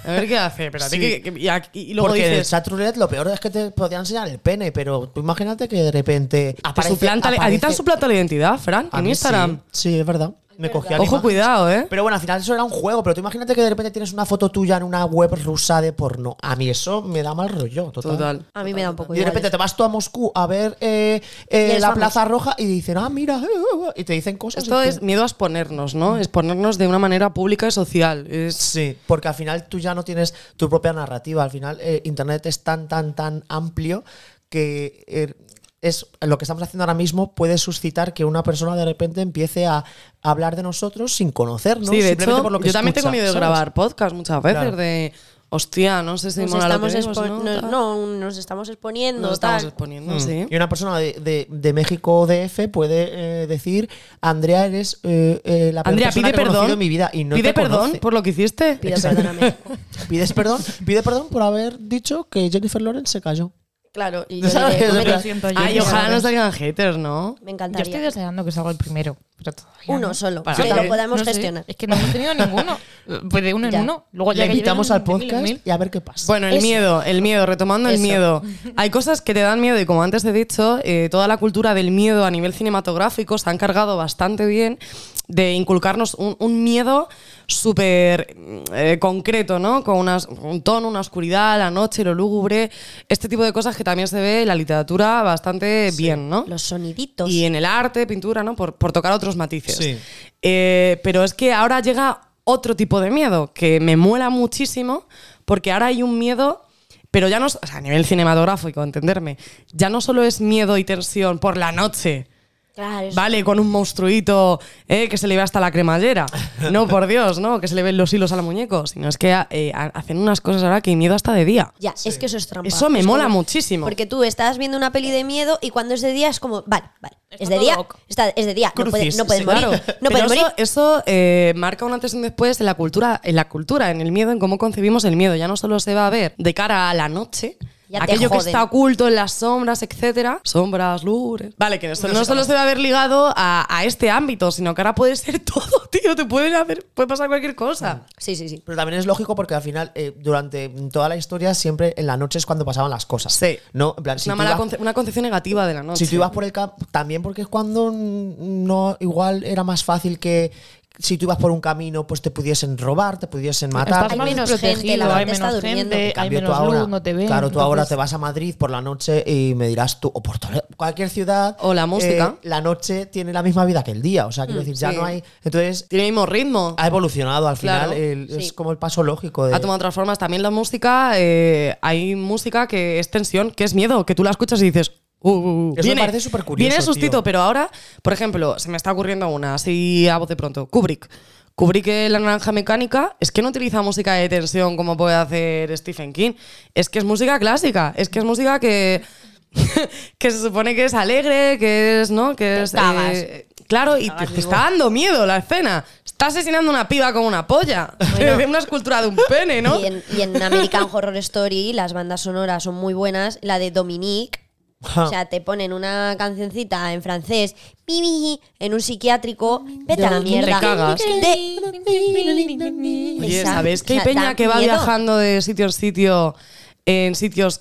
S4: A ver qué hace. Pero a ti
S3: Sí.
S4: que- que- y, a- y luego
S3: Porque en el
S4: dices,
S3: chat roulette lo peor es que te podían enseñar el pene, pero tú imagínate que de repente
S4: te
S3: aparece,
S4: suplanta, la- a ti te
S3: aparece-
S4: han suplantado la identidad, Fran,
S3: A
S4: en
S3: mí
S4: Instagram.
S3: Sí, sí, es verdad. me cogía la
S4: Ojo,
S3: imagen.
S4: cuidado, ¿eh?
S3: Pero bueno, al final eso era un juego, pero tú imagínate que de repente tienes una foto tuya en una web rusa de porno. A mí eso me da mal rollo, total.
S4: Total.
S2: A mí me da un
S4: Pues
S2: poco
S3: Y de
S2: igual.
S3: repente te vas tú a Moscú a ver eh, eh,
S2: Y eres
S3: la
S2: famoso.
S3: Plaza Roja y dicen, ah, mira, eh, eh, eh", y te dicen cosas.
S4: Esto
S3: y tú-
S4: es miedo a exponernos, ¿no? Exponernos de una manera pública y social. Es
S3: Sí, porque al final tú ya no tienes tu propia narrativa. Al final eh, Internet es tan, tan, tan amplio que eh, es lo que estamos haciendo ahora mismo puede suscitar que una persona de repente empiece a hablar de nosotros sin conocernos.
S4: sí, de
S3: simplemente
S4: hecho,
S3: por lo que
S4: yo también
S3: escucha,
S4: tengo miedo de
S3: ¿sabes?
S4: grabar podcast muchas veces
S3: Claro.
S4: de hostia, no sé si
S2: Nos
S4: mola lo
S2: estamos
S4: que digo,
S2: expo-
S4: pues, ¿no?
S2: nos-
S4: Tal.
S2: no, nos estamos exponiendo.
S4: Nos estamos
S2: tal.
S4: exponiendo,
S3: Mm.
S4: sí.
S3: Y una persona de, de- de México DF puede eh, decir, Andrea, eres eh, eh, la peor
S4: Andrea,
S3: persona
S4: pide
S3: que he conocido
S4: perdón.
S3: en mi vida. Y no
S4: pide
S3: te
S4: perdón
S3: conoce.
S4: por lo que hiciste.
S2: Pido perdón a México.
S3: Pides perdón, pide perdón por haber dicho que Jennifer Lawrence se cayó.
S2: Claro,
S4: (laughs)
S2: y yo
S3: ¿Sabes?
S2: diré,
S3: En
S2: "Hombre,
S3: plan,
S5: siento yo.
S4: Ay,
S5: Yo
S4: ojalá
S5: creo
S4: no
S5: que-
S4: salgan haters, ¿no?
S2: me
S5: Yo estoy
S2: encantaría.
S5: deseando que salga el primero, pero todavía
S2: Uno
S5: no.
S2: solo,
S5: Para
S2: que
S5: mí.
S2: lo podamos
S5: No sé,
S2: gestionar.
S5: Es que no hemos tenido
S2: (laughs)
S5: ninguno. Pues de uno
S2: Ya.
S5: en uno. Luego ya
S3: Le
S5: que lleven
S3: invitamos al
S5: de mil en
S3: podcast
S5: mil.
S3: y a ver qué pasa.
S4: Bueno, el
S2: Eso.
S4: miedo, el miedo, retomando el
S2: Eso.
S4: miedo. Hay cosas que te dan miedo y como antes he dicho, eh, toda la cultura del miedo a nivel cinematográfico se ha encargado bastante bien de inculcarnos un, un miedo súper mm, eh, concreto, ¿no? Con unas- un tono, una oscuridad, la noche, lo lúgubre, este tipo de cosas que también se ve en la literatura bastante bien, ¿no?
S2: Los soniditos.
S4: Y en el arte, pintura, ¿no? Por, por tocar otros matices.
S3: Sí.
S4: Eh, pero es que ahora llega otro tipo de miedo que me muela muchísimo porque ahora hay un miedo, pero ya no, es- o sea, a nivel cinematográfico, entenderme, ya no solo es miedo y tensión por la noche.
S2: Claro, es-
S4: Vale, con un monstruito eh, que se le ve hasta la cremallera. No, por Dios, ¿no? Que se le ven los hilos al muñeco. Sino es que eh, ha- hacen unas cosas ahora que miedo hasta de día.
S2: Ya, es que eso es trampa.
S4: Eso me
S2: Es
S4: mola muchísimo.
S2: Porque tú estás viendo una peli de miedo y cuando es de día es como, vale, vale,
S5: Está
S2: es de
S5: todo
S2: día,
S5: ok.
S2: está- es de día, no puedes,
S3: Crucis,
S2: no puedes
S3: sí,
S2: morir,
S3: claro.
S2: no
S4: Pero
S2: puedes morir.
S4: eso, eso, eh, marca un antes y un después en la cultura, en la cultura, en el miedo, en cómo concebimos el miedo. Ya no solo se va a ver de cara a la noche.
S2: Ya te
S4: aquello que
S2: joden.
S4: está oculto en las sombras, etcétera. Sombras, lures. Vale, que eso no, solo se va a ver ligado a, a este ámbito, sino que ahora puede ser (laughs) todo, tío. Te pueden hacer, puede pasar cualquier cosa.
S2: Sí, sí, sí.
S3: Pero también es lógico porque al final, eh, durante toda la historia, siempre en la noche es cuando pasaban las cosas.
S4: Sí.
S3: ¿No? En plan,
S4: Es
S3: si
S4: una,
S3: tú
S4: mala
S3: ibas-
S4: conce- una concepción negativa de la noche.
S3: Si tú ibas por el campo, también porque es cuando mm, no, igual era más fácil que si tú ibas por un camino, pues te pudiesen robar, te pudiesen matar.
S5: Estás
S2: Hay
S5: más
S2: menos gente,
S5: desprotegido,
S2: la
S5: hay
S2: gente está
S5: menos
S2: durmiendo.
S5: gente,
S2: En
S5: hay
S3: cambio,
S5: menos
S3: tú ahora,
S5: luz, no te ven.
S3: Claro, tú ahora te
S5: entonces-
S3: vas a Madrid por la noche y me dirás tú, o por Toledo, cualquier ciudad. eh,
S4: O la música. Mm,
S3: la noche tiene la misma vida que el día. O sea, quiero decir, ya
S4: sí.
S3: no hay. Entonces,
S4: Tiene el mismo ritmo.
S3: ha evolucionado al final.
S4: Claro,
S3: el-
S2: sí.
S3: Es como el paso lógico de.
S4: Ha
S3: (laughs)
S4: tomado otras formas. También la música, eh, hay música que es tensión, que es miedo, que tú la escuchas y dices. "Uh, uh, uh".
S3: Eso me parece supercurioso,
S4: Viene el sustito,
S3: tío.
S4: pero ahora, por ejemplo, se me está ocurriendo una, así a voz de pronto. Kubrick. Kubrick en la naranja mecánica es que no utiliza música de tensión como puede hacer Stephen King. Es que es música clásica. Es que es música que. (laughs) que se supone que es alegre, que es, ¿no? Que es. eh,
S2: cagas.
S4: claro, y te, te está dando miedo la escena. Está asesinando una piba con una polla. (laughs) De una escultura de un pene, ¿no?
S2: Y, en, y en American Horror Story las bandas sonoras son muy buenas. La de Dominique,
S4: Ah.
S2: o sea, te ponen una cancioncita en francés, mi, mi, en un psiquiátrico, vete a la mierda.
S4: Te cagas.
S2: De-
S4: Oye,
S2: Esa-
S4: ¿sabéis que
S2: o
S4: hay
S2: sea,
S4: peña
S2: da
S4: que va
S2: miedo.
S4: viajando de sitio en sitio en sitios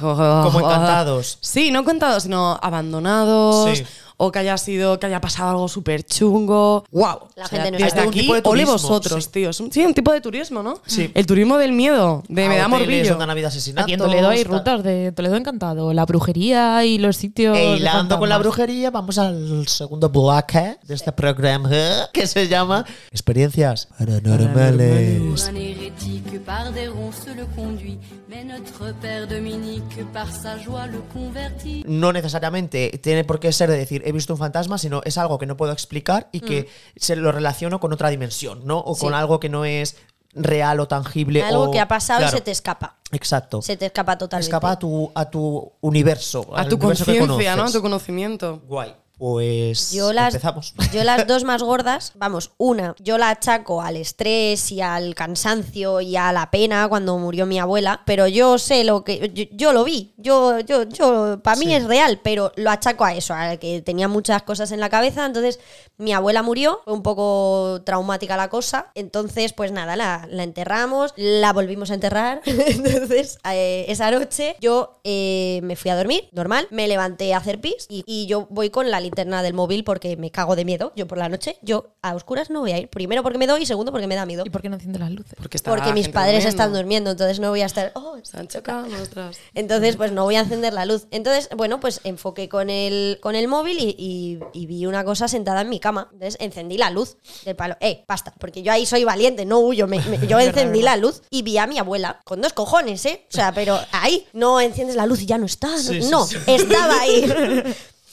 S4: como (laughs)
S3: encantados.
S4: Sí, no encantados, sino abandonados.
S3: Sí.
S4: O que haya sido, que haya pasado algo súper chungo. ¡Wow!
S2: La gente no
S4: desde
S2: está.
S3: Un
S4: aquí,
S3: tipo de
S4: ole
S3: turismo,
S4: vosotros,
S3: sí.
S4: tío. Es un, sí, un tipo de turismo, ¿no?
S3: Sí.
S4: El turismo del miedo, de me da morbillo.
S3: Donde han habido asesinatos.
S5: Aquí en Toledo hay
S3: tal.
S5: rutas de Toledo encantado, la brujería y los sitios.
S3: E
S5: de
S3: hilando con la
S5: fantasmas.
S3: brujería, vamos al segundo bloque de este programa ¿eh? que se llama Experiencias Paranormales.
S6: Pour un hérétique, par des ronces le conduit, mais notre père Dominique, par sa joie le convertit.
S3: No necesariamente tiene por qué ser de decir he visto un fantasma, sino es algo que no puedo explicar y que
S2: Mm.
S3: se lo relaciono con otra dimensión, ¿no? O con algo que no es real o tangible.
S2: Algo
S3: o-
S2: que ha pasado
S3: Claro,
S2: y se te escapa.
S3: Exacto.
S2: Se te escapa totalmente.
S3: Escapa a tu, a tu universo.
S4: A
S3: al
S4: tu
S3: universo que
S4: conciencia, ¿no? A
S3: conoces.
S4: tu conocimiento.
S3: Guay. Pues
S2: Yo las,
S3: empezamos.
S2: (laughs) yo las dos más gordas, vamos, una, yo la achaco al estrés y al cansancio y a la pena cuando murió mi abuela, pero yo sé lo que, yo, yo lo vi, yo, yo, yo, para mí es real, pero lo achaco a eso, a que tenía muchas cosas en la cabeza, entonces mi abuela murió, fue un poco traumática la cosa, entonces pues nada, la, la enterramos, la volvimos a enterrar, (laughs) entonces eh, esa noche yo eh, me fui a dormir, normal, me levanté a hacer pis y, y yo voy con la linterna del móvil porque me cago de miedo. Yo por la noche, yo a oscuras no voy a ir. Primero porque me doy y segundo porque me da miedo.
S5: ¿Y por qué no enciende las luces?
S4: Porque, está
S2: Porque
S4: la
S2: mis
S4: gente
S2: padres están durmiendo,
S4: durmiendo.
S2: entonces no voy a estar... "Oh,
S4: Se han chocado nuestras.
S2: entonces, pues no voy a encender la luz. Entonces, bueno, pues enfoqué con el, con el móvil y, y- y vi una cosa sentada en mi cama. Entonces, encendí la luz del palo. Eh, basta, porque yo ahí soy valiente, no huyo. Me-
S3: (laughs)
S2: me- yo encendí la luz y vi a mi abuela con dos cojones, ¿eh? O sea, pero ahí no enciendes la luz y ya no está. No,
S3: Sí, sí,
S2: no,
S3: sí.
S2: estaba
S3: (laughs)
S2: ahí.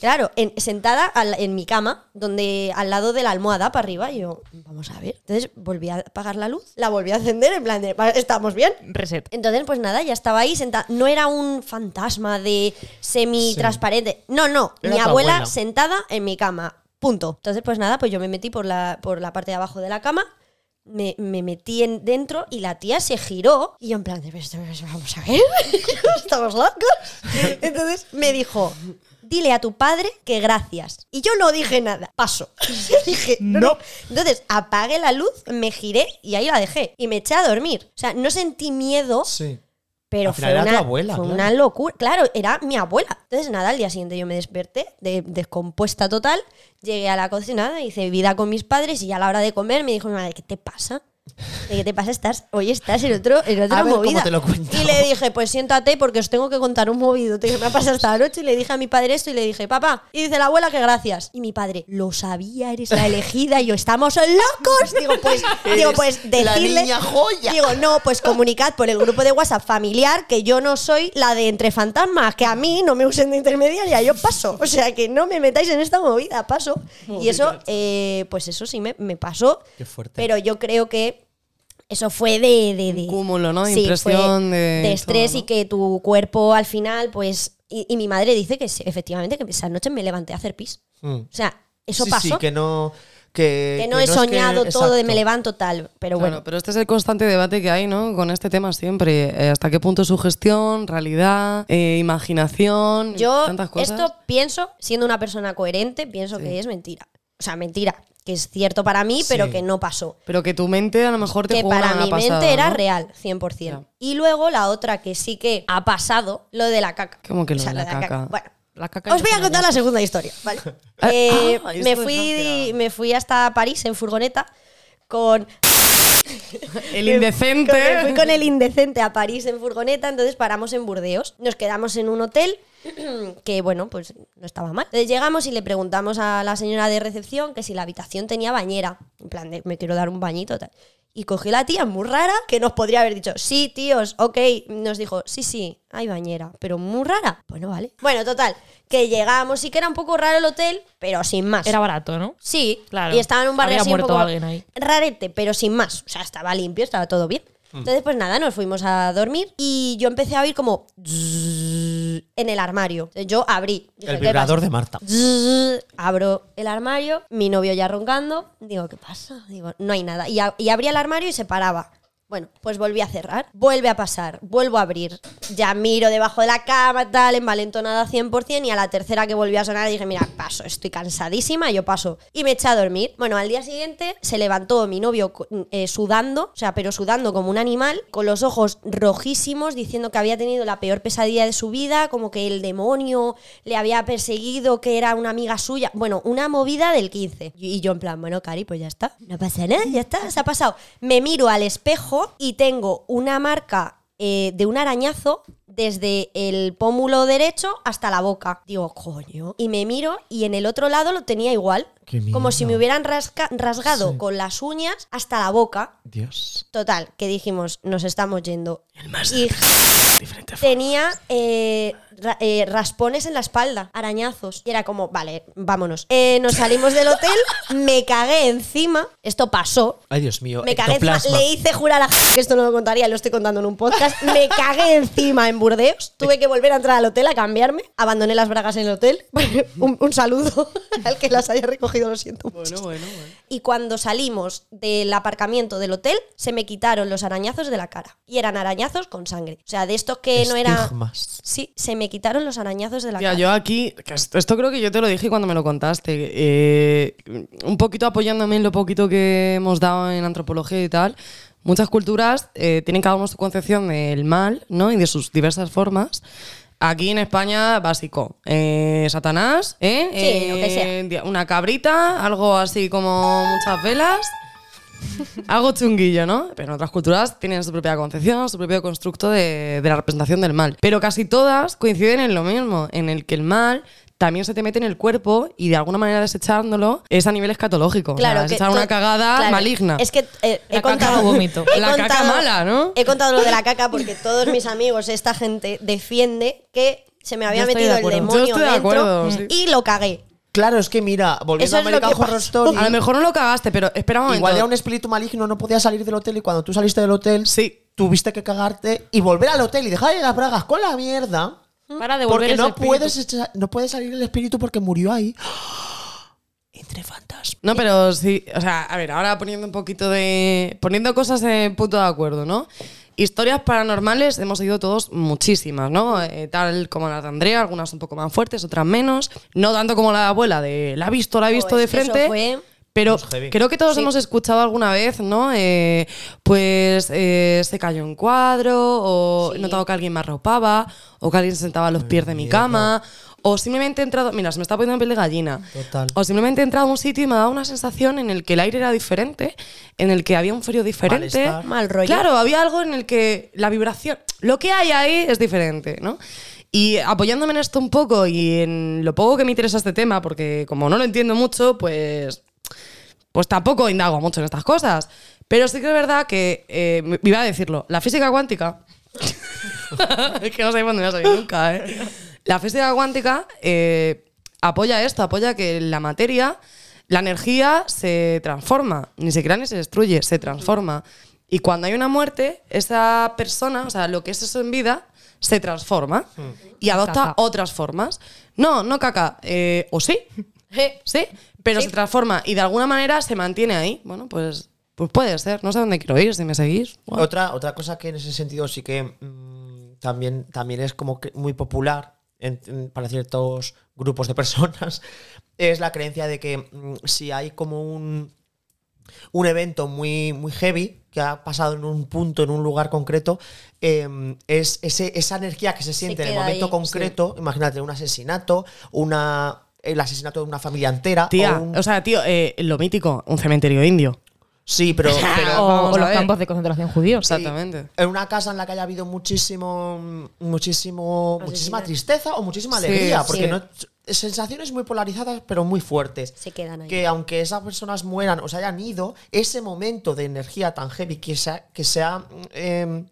S2: Claro, en- sentada al- en mi cama, donde al lado de la almohada para arriba, y yo, vamos a ver. Entonces volví a apagar la luz, la volví a encender, en plan de, "Va, estamos bien,
S5: Reset.
S2: entonces, pues nada, ya estaba ahí sentada. No era un fantasma de semi-transparente. No, no.
S3: Era
S2: mi
S3: tu
S2: abuela,
S3: abuela.
S2: sentada en mi cama. Punto. Entonces, pues nada, pues yo me metí por la, por la parte de abajo de la cama. Me, me metí en, dentro y la tía se giró. Y yo, en plan, de, "Pero esto- pero vamos a ver. (laughs) Estamos locos. Entonces me dijo. Dile a tu padre que gracias. Y yo no dije nada. Paso. (laughs) dije, no, no. Entonces apagué la luz, me giré y ahí la dejé. Y me eché a dormir. O sea, no sentí miedo,
S3: (laughs) Sí.
S2: pero
S3: Al
S2: fue,
S3: final era
S2: una,
S3: tu abuela,
S2: fue
S3: claro.
S2: una locura. Claro, era mi abuela. Entonces, nada, al día siguiente yo me desperté, de- descompuesta total. Llegué a la cocina, hice vida con mis padres y a la hora de comer me dijo mi madre, ¿qué te pasa? ¿De ¿Qué te pasa? Estás, hoy estás en otro, en otra
S3: (laughs) A ver cómo
S2: movida.
S3: te lo cuento.
S2: Y le dije, pues siéntate porque os tengo que contar un movido que me ha pasado esta noche. Y le dije a mi padre esto y le dije, papá. Y dice la abuela que gracias. Y mi padre, lo sabía, eres la elegida. Y yo, estamos locos. Digo,
S3: (laughs)
S2: pues, digo, pues
S3: Eres la
S2: decirle.
S3: niña joya.
S2: Digo, no, pues comunicad por el grupo de WhatsApp familiar que yo no soy la de entre fantasmas, que a mí no me usen de intermediaria, yo paso. O sea, que no me metáis en esta movida, paso. Y eso, eh, pues eso sí me, me pasó.
S3: Qué fuerte.
S2: Pero yo creo que eso fue de, de, de-
S4: Un cúmulo, ¿no? De
S2: Sí, fue
S4: impresión, de todo,
S2: estrés
S4: ¿no?
S2: y que tu cuerpo al final, pues. Y, y mi madre dice que sí, efectivamente que esa noche me levanté a hacer pis.
S3: Mm.
S2: O sea, eso
S3: sí,
S2: pasó.
S3: Sí,
S2: que,
S3: que no. Que,
S2: no
S3: que
S2: he
S3: es que-
S2: soñado todo de
S3: exacto.
S2: me levanto tal, pero
S4: Claro,
S2: bueno.
S4: pero este es el constante debate que hay, ¿no? Con este tema siempre. Eh, ¿Hasta qué punto sugestión, realidad, eh, imaginación,
S2: Yo
S4: tantas cosas?
S2: esto pienso, siendo una persona coherente, pienso que es mentira. O sea, mentira, que es cierto para mí, pero
S3: Sí.
S2: que no pasó.
S4: Pero que tu mente a lo mejor te
S2: Que
S4: juega
S2: para
S4: una
S2: mi
S4: pasada,
S2: mente era
S4: ¿no?
S2: real, 100%.
S4: Ya.
S2: Y luego la otra que sí que ha pasado, lo de la caca.
S4: ¿Cómo que lo
S2: O sea,
S4: de la caca?
S2: Bueno,
S5: La caca
S2: os voy
S5: ya
S2: a
S5: se
S2: contar
S5: me
S2: la segunda historia, ¿vale?
S4: (laughs) Ah,
S2: Eh,
S4: ah,
S2: me,
S4: esto es
S2: fui,
S4: Francia.
S2: me fui hasta París en furgoneta con (laughs)
S4: El
S2: con- me fui
S4: indecente.
S2: con el indecente a París en furgoneta, entonces paramos en Burdeos. Nos quedamos en un hotel (clears throat) que, bueno, pues no estaba mal. Entonces llegamos y le preguntamos a la señora de recepción que si la habitación tenía bañera. En plan, de, me quiero dar un bañito, tal. Y cogió la tía muy rara que nos podría haber dicho, sí, tíos, ok. Nos dijo, sí, sí, hay bañera, pero muy rara. Bueno, vale. Bueno, total, que llegamos y que era un poco raro el hotel, pero sin más.
S5: Era barato, ¿no?
S2: Sí,
S5: Claro.
S2: y estaba en un barrio
S5: Había
S2: así un
S5: muerto
S2: poco
S5: alguien ahí.
S2: rarete, pero sin más. O sea, estaba limpio, estaba todo bien.
S3: Mm.
S2: Entonces, pues nada, nos fuimos a dormir y yo empecé a oír como zzzz en el armario. Entonces, yo abrí. Dije,
S3: El
S2: "¿Qué pasa?".
S3: vibrador de Marta.
S2: Zzzz, abro el armario, mi novio ya roncando. Digo, ¿qué pasa? Digo, no hay nada. Y, a- y abría el armario y se paraba. Bueno, pues volví a cerrar. Vuelve a pasar, vuelvo a abrir. Ya miro debajo de la cama, tal, envalentonada 100%. Y a la tercera que volvió a sonar dije, mira, paso, estoy cansadísima, yo paso. Y me eché a dormir. Bueno, al día siguiente se levantó mi novio co- eh, sudando, o sea, pero sudando como un animal, con los ojos rojísimos, diciendo que había tenido la peor pesadilla de su vida, como que el demonio le había perseguido, que era una amiga suya. Bueno, una movida del 15. Y y yo en plan, bueno, Cari, pues ya está. No pasa nada, ya está, se ha pasado. Me miro al espejo y tengo una marca eh, de un arañazo desde el pómulo derecho hasta la boca. Digo, coño. Y me miro y en el otro lado lo tenía igual.
S3: Qué miedo.
S2: Como si me hubieran rasca- rasgado con las uñas hasta la boca.
S3: Dios.
S2: Total, que dijimos, nos estamos yendo.
S4: El más
S2: Y
S4: diferente.
S2: tenía eh, ra- eh, raspones en la espalda, arañazos. Y era como, vale, vámonos. Eh, nos salimos del hotel, me cagué encima. Esto pasó,
S3: Ay, Dios mío.
S2: me cagué encima,
S3: ectoplasma.
S2: le hice jurar a la que esto no lo contaría, lo estoy contando en un podcast. Me cagué encima en Burdeos. Tuve que volver a entrar al hotel a cambiarme. Abandoné las bragas en el hotel. (laughs) un, un saludo (laughs) al que las haya recogido, lo siento. mucho.
S4: bueno, bueno.
S2: Y cuando salimos del aparcamiento del hotel, se me quitaron los arañazos de la cara. Y eran arañazos con sangre. O sea, de estos que no era.
S3: Estigmas.
S2: Sí, se me quitaron los arañazos de la
S4: Tía,
S2: cara.
S4: yo aquí, que esto esto creo que yo te lo dije cuando me lo contaste, eh, un poquito apoyándome en lo poquito que hemos dado en antropología y tal, muchas culturas eh, tienen cada uno su concepción del mal, ¿no? Y de sus diversas formas. Aquí en España, básico. Eh, Satanás, ¿eh?
S2: Sí, lo que
S4: Eh, dia- Una cabrita, algo así como muchas velas. Algo chunguillo, ¿no? Pero en otras culturas tienen su propia concepción, su propio constructo de, de la representación del mal. Pero casi todas coinciden en lo mismo, en el que el mal también se te mete en el cuerpo y de alguna manera desechándolo es a nivel escatológico. O sea,
S2: Claro,
S4: es
S2: que
S4: echar una
S2: to-
S4: cagada
S2: claro.
S4: maligna.
S2: Es que eh, he
S5: La caca
S2: contado.
S5: o vómito.
S2: he
S4: La caca mala, ¿no?
S2: He contado lo de
S4: (laughs)
S2: la caca porque todos mis amigos, esta gente, defiende que se me había
S5: Yo estoy de
S2: metido el
S5: acuerdo.
S2: demonio
S4: Yo estoy de acuerdo,
S2: dentro
S4: sí.
S2: y lo cagué.
S3: Claro, es que mira, volviendo
S2: Eso
S3: a
S2: es lo
S3: American
S2: que
S3: Horror
S2: pasó.
S3: Story,
S4: A lo mejor no lo cagaste, pero espera un momento.
S3: igual era un espíritu maligno, no podía salir del hotel y cuando tú saliste del hotel,
S4: Sí.
S3: tuviste que cagarte y volver al hotel y dejar las bragas con la mierda.
S2: ¿Mm?
S5: Para devolver
S3: Porque
S5: ese
S3: no
S5: espíritu.
S3: puedes, echa- no puede salir el espíritu porque murió ahí. (gasps) Entre fantasmas.
S4: No, pero sí, o sea, a ver, ahora poniendo un poquito de. poniendo cosas en punto de acuerdo, ¿no? Historias paranormales hemos oído todos muchísimas, ¿no? Eh, tal como las de Andrea, algunas un poco más fuertes, otras menos. No tanto como la de abuela de la ha visto, la ha visto
S2: Joder, Oh, es
S4: de
S2: que eso
S4: frente.
S2: fue-
S4: Pero
S3: Pues heavy.
S4: creo que todos hemos escuchado alguna vez, ¿no? Eh, pues eh, se cayó un cuadro, o he notado que alguien me arropaba, o que alguien se sentaba a los pies de mi cama, o simplemente he entrado. Mira, se me está poniendo piel de gallina.
S3: Total.
S4: O simplemente he entrado a un sitio y me ha dado una sensación en el que el aire era diferente, en el que había un frío diferente.
S3: Malestar.
S2: Mal rollo.
S4: Claro, había algo en el que la vibración, lo que hay ahí es diferente, ¿no? Y apoyándome en esto un poco y en lo poco que me interesa este tema, porque como no lo entiendo mucho, pues pues tampoco indago mucho en estas cosas. Pero sí que es verdad que, eh, me- iba a decirlo, la física cuántica. (laughs) es que no sé dónde me vas a ir nunca, ¿eh? La física cuántica eh, apoya esto, apoya que la materia, la energía se transforma, ni se crea ni se destruye, se transforma. Y cuando hay una muerte, esa persona, o sea, lo que es eso en vida, se transforma y adopta
S5: Caca.
S4: otras formas. No, no caca, eh, o sí, Sí, pero se transforma y de alguna manera se mantiene ahí. Bueno, pues, pues puede ser. No sé a dónde quiero ir, si me seguís. Guau.
S3: Otra, otra cosa que en ese sentido sí que mm, también, también es como que muy popular en- en- para ciertos grupos de personas (laughs) es la creencia de que mm, si hay como un, un evento muy, muy heavy que ha pasado en un punto, en un lugar concreto, eh, es ese- esa energía que se siente en el
S2: queda
S3: momento
S2: ahí,
S3: concreto, imagínate un asesinato, una, el asesinato de una familia entera.
S4: Tía,
S3: o un-
S4: o sea, tío, eh, lo mítico, un cementerio indio.
S3: sí, pero- pero
S5: O
S4: Vamos a
S5: los
S4: ver.
S5: campos de concentración judíos.
S4: Exactamente.
S3: en una casa en la que haya habido muchísimo, muchísimo, muchísima tristeza o muchísima
S4: Sí,
S3: alegría, porque
S4: sí.
S3: no sensaciones muy polarizadas pero muy fuertes.
S2: Se quedan ahí.
S3: Que aunque esas personas mueran o se hayan ido, ese momento de energía tan heavy que se ha, que se ha eh,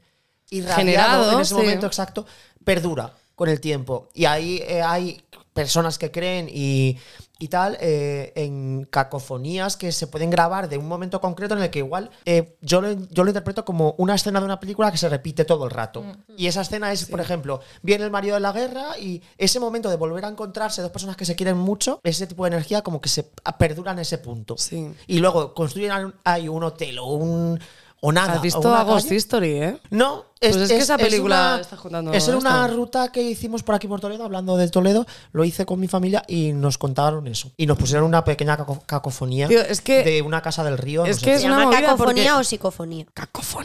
S3: irradiado
S4: Generado,
S3: en ese
S4: sí.
S3: momento exacto, perdura con el tiempo. Y ahí eh, hay personas que creen y, y tal eh, en cacofonías que se pueden grabar de un momento concreto en el que igual eh, yo, lo, yo lo interpreto como una escena de una película que se repite todo el rato.
S4: Mm.
S3: Y esa escena es, por ejemplo, viene el marido de la guerra y ese momento de volver a encontrarse dos personas que se quieren mucho, ese tipo de energía como que se perdura en ese punto.
S4: Sí.
S3: Y luego construyen ahí un hotel o un... O nada.
S4: ¿Has
S3: o
S4: visto
S3: una
S4: a Ghost
S3: calle.
S4: History, eh?
S3: No,
S4: Pues es que esa película
S3: una-
S4: está juntando
S3: Es una
S4: esto.
S3: ruta que hicimos por aquí por Toledo, hablando de Toledo, lo hice con mi familia y nos contaron eso. Y nos pusieron una pequeña caco- cacofonía
S4: Tío, es que-
S3: de una casa del río.
S4: es
S3: no sé
S4: que
S3: qué.
S2: ¿Se
S4: es una
S2: llama
S4: movida
S2: cacofonía
S4: porque-
S2: o psicofonía?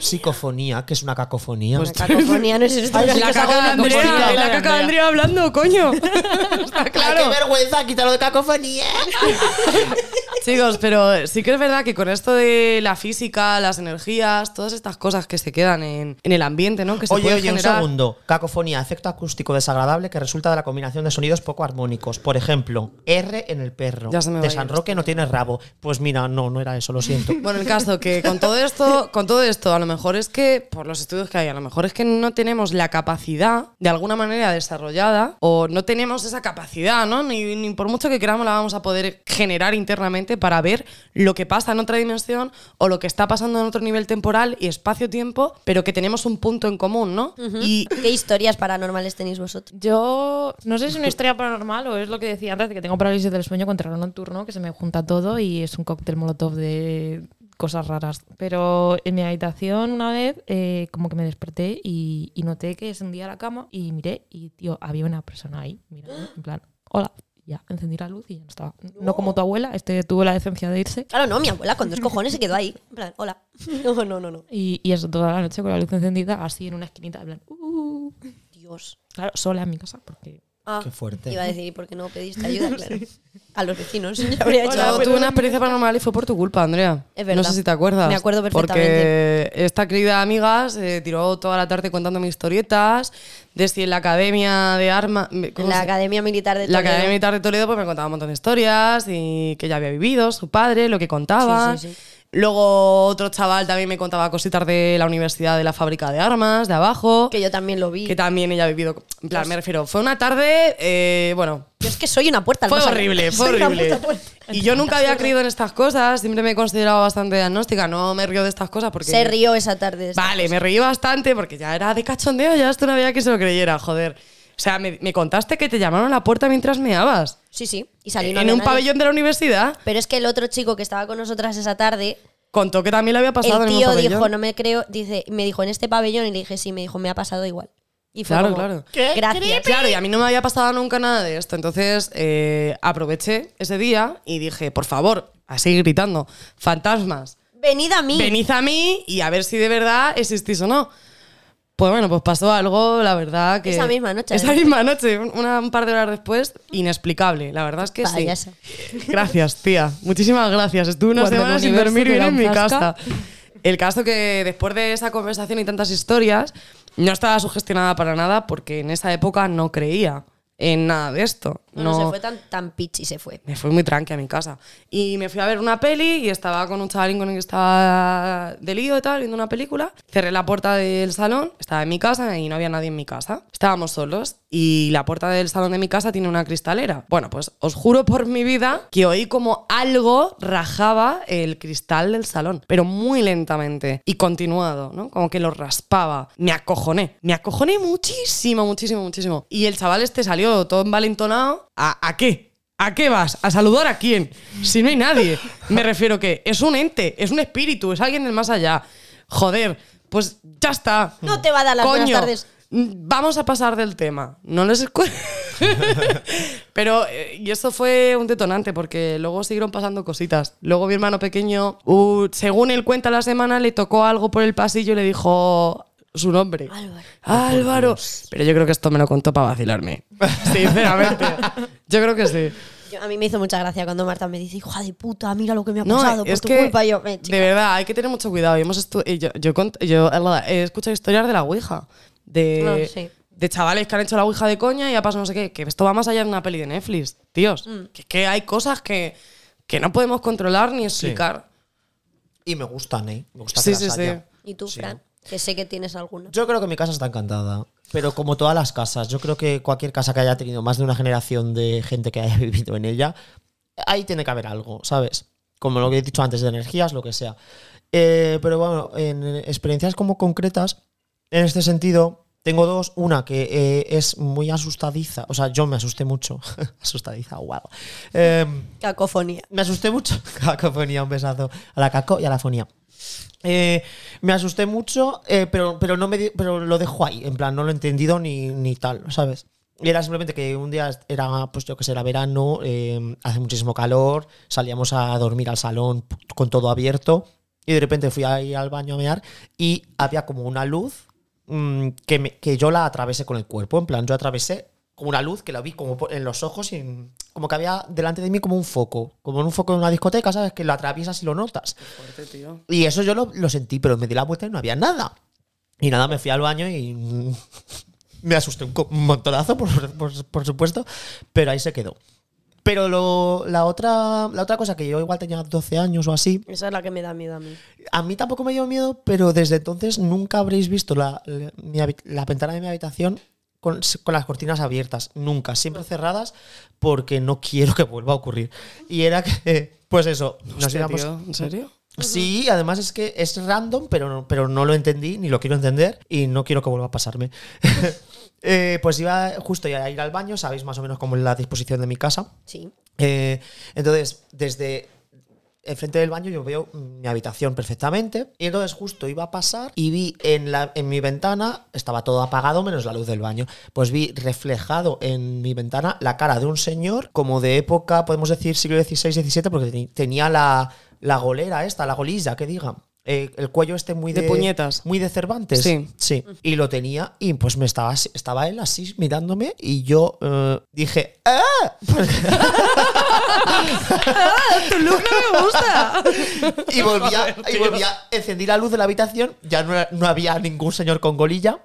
S3: psicofonía, que es una cacofonía.
S4: Pues
S2: La cacofonía no es esto.
S3: Ay,
S4: La
S3: que
S4: caca
S3: salga
S4: de
S3: la
S4: Andrea,
S3: música de
S4: la caca de Andrea hablando, (laughs) coño. Está (laughs)
S3: ¡Ay,
S4: claro.
S3: qué vergüenza! ¡Quítalo de cacofonía!
S4: Chicos, pero sí que es verdad que con esto de la física, las energías, todas estas cosas que se quedan en, en el ambiente, ¿no? Que se
S3: Oye,
S4: pueden
S3: oye, un
S4: generar.
S3: segundo. Cacofonía, efecto acústico desagradable que resulta de la combinación de sonidos poco armónicos. Por ejemplo, R en el perro.
S4: Ya se me va
S3: de
S4: a
S3: San
S4: ir
S3: Roque no tiene rabo. Pues mira, no, no era eso,
S4: (laughs)
S3: lo siento.
S4: Bueno, el caso que con todo esto, con todo esto, a lo mejor es que, por los estudios que hay, a lo mejor es que no tenemos la capacidad de alguna manera desarrollada, o no tenemos esa capacidad, ¿no? Ni, ni por mucho que queramos la vamos a poder generar internamente para ver lo que pasa en otra dimensión o lo que está pasando en otro nivel temporal y espacio-tiempo, pero que tenemos un punto en común, ¿no? Y
S2: ¿Qué historias paranormales tenéis vosotros?
S5: Yo no sé si es una historia paranormal o es lo que decía antes de que tengo parálisis del sueño contra lo nocturno, que se me junta todo y es un cóctel molotov de cosas raras. Pero en mi habitación una vez eh, como que me desperté y, y noté que se hundía la cama y miré y, tío, había una persona ahí, mirando, en plan, hola, ya, encendí la luz y ya no estaba. No como tu abuela, este tuvo la decencia de irse.
S2: Claro, no, mi abuela con dos cojones se quedó ahí. En plan, hola. (laughs) No, no, no, no.
S5: Y, y eso toda la noche con la luz encendida, así en una esquinita, en plan, "Uh".
S2: Dios.
S5: Claro, sola en mi casa, porque.
S2: Ah,
S3: Qué fuerte.
S2: Iba a decir, ¿y por qué no pediste ayuda?
S4: (laughs)
S2: Claro. A los vecinos. Ya habría hecho
S4: Hola, pues
S2: algo.
S4: tuve una experiencia paranormal y fue por tu culpa, Andrea.
S2: Es verdad.
S4: No sé si te acuerdas.
S2: Me acuerdo perfectamente.
S4: Porque esta querida amiga se tiró toda la tarde contándome historietas. De si en la academia de armas.
S2: La Academia Militar de Toledo.
S4: La Academia Militar de Toledo pues, me contaba un montón de historias y que ya había vivido, su padre, lo que contaba.
S2: Sí, sí, sí.
S4: Luego otro chaval también me contaba cositas de la universidad, de la fábrica de armas, de abajo.
S2: Que Pues yo también lo vi.
S4: que también ella ha vivido. En plan, me refiero, fue una tarde, eh, bueno,
S2: Yo es que soy una puerta al
S4: fue
S2: más allá.
S4: horrible,
S2: (laughs)
S4: fue
S2: Soy una
S4: horrible.
S2: puta puerta.
S4: Y yo nunca había creído en estas cosas, siempre me he considerado bastante agnóstica, no me río de estas cosas porque...
S2: Se rió esa tarde.
S4: Vale, me reí bastante porque ya era de cachondeo, ya esto no había que se lo creyera, joder. O sea, me, me contaste que te llamaron a la puerta mientras meabas.
S2: Sí, sí. Y salió
S4: en un pabellón de la universidad.
S2: Pero es que el otro chico que estaba con nosotras esa tarde,
S4: Contó que también le había pasado
S2: el
S4: en un
S2: tío
S4: pabellón.
S2: dijo, no me creo, dice, me dijo en este pabellón y le dije, sí, me dijo, me ha pasado igual. Y fue
S4: Claro,
S2: como,
S4: claro.
S2: Gracias.
S4: Claro, y a mí no me había pasado nunca nada de esto. Entonces eh, aproveché ese día y dije, por favor, así gritando, fantasmas,
S2: Venid a mí.
S4: venid a mí y a ver si de verdad existís o no. Pues bueno, pues pasó algo, la verdad que...
S2: Esa misma noche, ¿eh?
S4: Esa
S2: además.
S4: misma noche, un- una- un par de horas después, inexplicable. La verdad es que
S2: Payasa.
S4: sí. (laughs) Gracias, tía. Muchísimas gracias. Estuve una
S5: Cuando el
S4: semana sin
S5: universo
S4: dormir
S5: te
S4: bien
S5: da
S4: en
S5: un
S4: mi
S5: zasca.
S4: casa. El caso que después de esa conversación y tantas historias, no estaba sugestionada para nada porque en esa época no creía en nada de esto.
S2: No, no, se fue tan, tan pichi, se fue.
S4: Me fui muy tranqui a mi casa. Y me fui a ver una peli y estaba con un chavalín con el que estaba de lío y tal, viendo una película. Cerré la puerta del salón, estaba en mi casa y no había nadie en mi casa. Estábamos solos y la puerta del salón de mi casa tiene una cristalera. Bueno, pues os juro por mi vida que oí como algo rajaba el cristal del salón, pero muy lentamente y continuado, ¿no? Como que lo raspaba. Me acojoné, me acojoné muchísimo, muchísimo, muchísimo. Y el chaval este salió todo envalentonado. ¿A, a qué? ¿A qué vas? ¿A saludar a quién? Si no hay nadie. Me refiero que es un ente, es un espíritu, es alguien del más allá. Joder, pues ya está.
S2: No te va a dar las
S4: Coño,
S2: buenas tardes.
S4: mm, Vamos a pasar del tema. No les escu- (laughs) Pero, eh, y eso fue un detonante, porque luego siguieron pasando cositas. Luego mi hermano pequeño, uh, según él cuenta la semana, le tocó algo por el pasillo y le dijo su nombre.
S2: Álvaro.
S4: Álvaro. Pero yo creo que esto me lo contó para vacilarme. (laughs) Sinceramente. Yo creo que sí.
S2: Yo- a mí me hizo mucha gracia cuando Marta me dice, hija de puta, mira lo que me ha
S4: No,
S2: pasado por
S4: es
S2: tu
S4: que,
S2: culpa. Y yo, "Eh, chica".
S4: de verdad, hay que tener mucho cuidado. Y hemos estu- y yo, yo, cont- yo, eh, la- he escuchado historias de la Ouija. De,
S2: Ah, sí.
S4: de chavales que han hecho la Ouija de coña y ha pasado no sé qué. Que esto va más allá de una peli de Netflix, tíos.
S2: Mm.
S4: Que, es que hay cosas que, que no podemos controlar ni explicar.
S3: Y me gustan, ¿eh? Me gusta que
S4: Sí,
S3: las
S4: sí, sí.
S3: haya.
S2: Y tú,
S3: Sí.
S2: Fran, que sé que tienes alguna.
S3: Yo creo que mi casa está encantada. Pero como todas las casas, yo creo que cualquier casa que haya tenido más de una generación de gente que haya (laughs) vivido en ella, ahí tiene que haber algo, ¿sabes? Como lo que he dicho antes, de energías, lo que sea. Eh, pero bueno, en experiencias como concretas, en este sentido, tengo dos. Una que eh, es muy asustadiza. O sea, yo me asusté mucho. (laughs) asustadiza, guau. Em,
S2: Cacofonía.
S3: me asusté mucho. (laughs) Cacofonía, un besazo. A la caco y a la fonía. Eh, me asusté mucho, eh, pero, pero, no me di- pero lo dejo ahí. En plan, no lo he entendido ni, ni tal, ¿sabes? Y era simplemente que un día era, pues yo que sé, era verano, eh, hace muchísimo calor, salíamos a dormir al salón p- con todo abierto y de repente fui ahí al baño a mear y había como una luz mm, que, me- que yo la atravesé con el cuerpo. En plan, yo atravesé como una luz que la vi como por- en los ojos y en- como que había delante de mí como un foco, como en un foco de una discoteca, ¿sabes? Que lo atraviesas y lo notas. Y eso yo lo, lo sentí, pero me di la vuelta y no había nada. Y nada, me fui al baño y (laughs) mm, me asusté un, co- un montonazo, por, por- por supuesto, pero ahí se quedó. Pero lo- la, otra, la otra cosa que yo igual tenía 12 años o así,
S2: Esa es la que me da miedo a mí.
S3: a mí tampoco me dio miedo, pero desde entonces nunca habréis visto la, la- mi habi- la ventana de mi habitación con, con las cortinas abiertas. Nunca, siempre cerradas, porque no quiero que vuelva a ocurrir. Y era que, pues eso, nos
S4: Hostia,
S3: íbamos.
S4: tío, ¿En serio?
S3: Sí, además es que es random, pero no, pero no lo entendí ni lo quiero entender y no quiero que vuelva a pasarme. (laughs) Eh, pues iba justo ya a ir al baño, sabéis más o menos cómo es la disposición de mi casa.
S2: Sí.
S3: Eh, entonces, desde el frente del baño yo veo mi habitación perfectamente. Y entonces justo iba a pasar y vi en, la, en mi ventana, estaba todo apagado menos la luz del baño, pues vi reflejado en mi ventana la cara de un señor como de época, podemos decir siglo XVI, XVII, porque teni- tenía la, la golera esta, la golilla, que digan. eh, el cuello este muy de,
S4: De puñetas.
S3: Muy de Cervantes.
S4: Sí.
S3: Y lo tenía y pues me estaba, así- estaba él así mirándome y yo eh, dije, ¡ah!
S4: ¡Tu look no me gusta!
S3: Y volvía, y volvía, encendí la luz de la habitación, ya no, era- no había ningún señor
S4: (laughs)
S3: con golilla.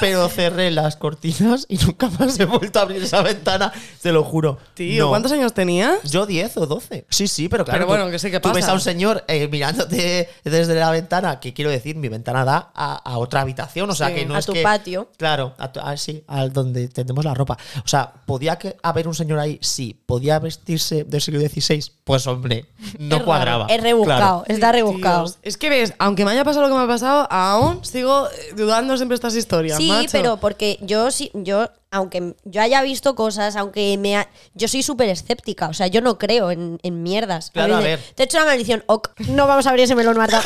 S3: Pero cerré las cortinas y nunca más he vuelto a abrir esa ventana, te lo juro.
S4: Tío,
S3: No.
S4: ¿cuántos años tenías?
S3: Yo 10 o 12. Sí, sí, pero claro.
S4: Pero
S3: tú-
S4: bueno, que sí, que
S3: Tú ves
S4: pasa.
S3: a un señor eh, mirándote desde la ventana, que quiero decir, mi ventana da a, a otra habitación, o sea
S4: Sí.
S3: que no
S2: A
S3: es
S2: tu
S3: que-
S2: patio.
S3: Claro, a tu- ah, sí, al donde tenemos la ropa. O sea, ¿podía que haber un señor ahí? Sí. ¿Podía vestirse del siglo XVI? Pues hombre, no
S4: Ah,
S3: cuadraba.
S2: Es rebuscado, está rebuscado.
S4: Dios, Es que ves, aunque me haya pasado lo que me ha pasado, aún sigo eh, dudando siempre estas historias.
S2: Sí,
S4: macho.
S2: pero porque yo sí, yo, aunque yo haya visto cosas, aunque me ha- yo soy súper escéptica, o sea, yo no creo en, en mierdas.
S3: Claro, a
S2: mí me-
S3: ver.
S2: Te he hecho una maldición. Ok, no vamos a abrir ese melón,
S4: (laughs)
S2: Marta.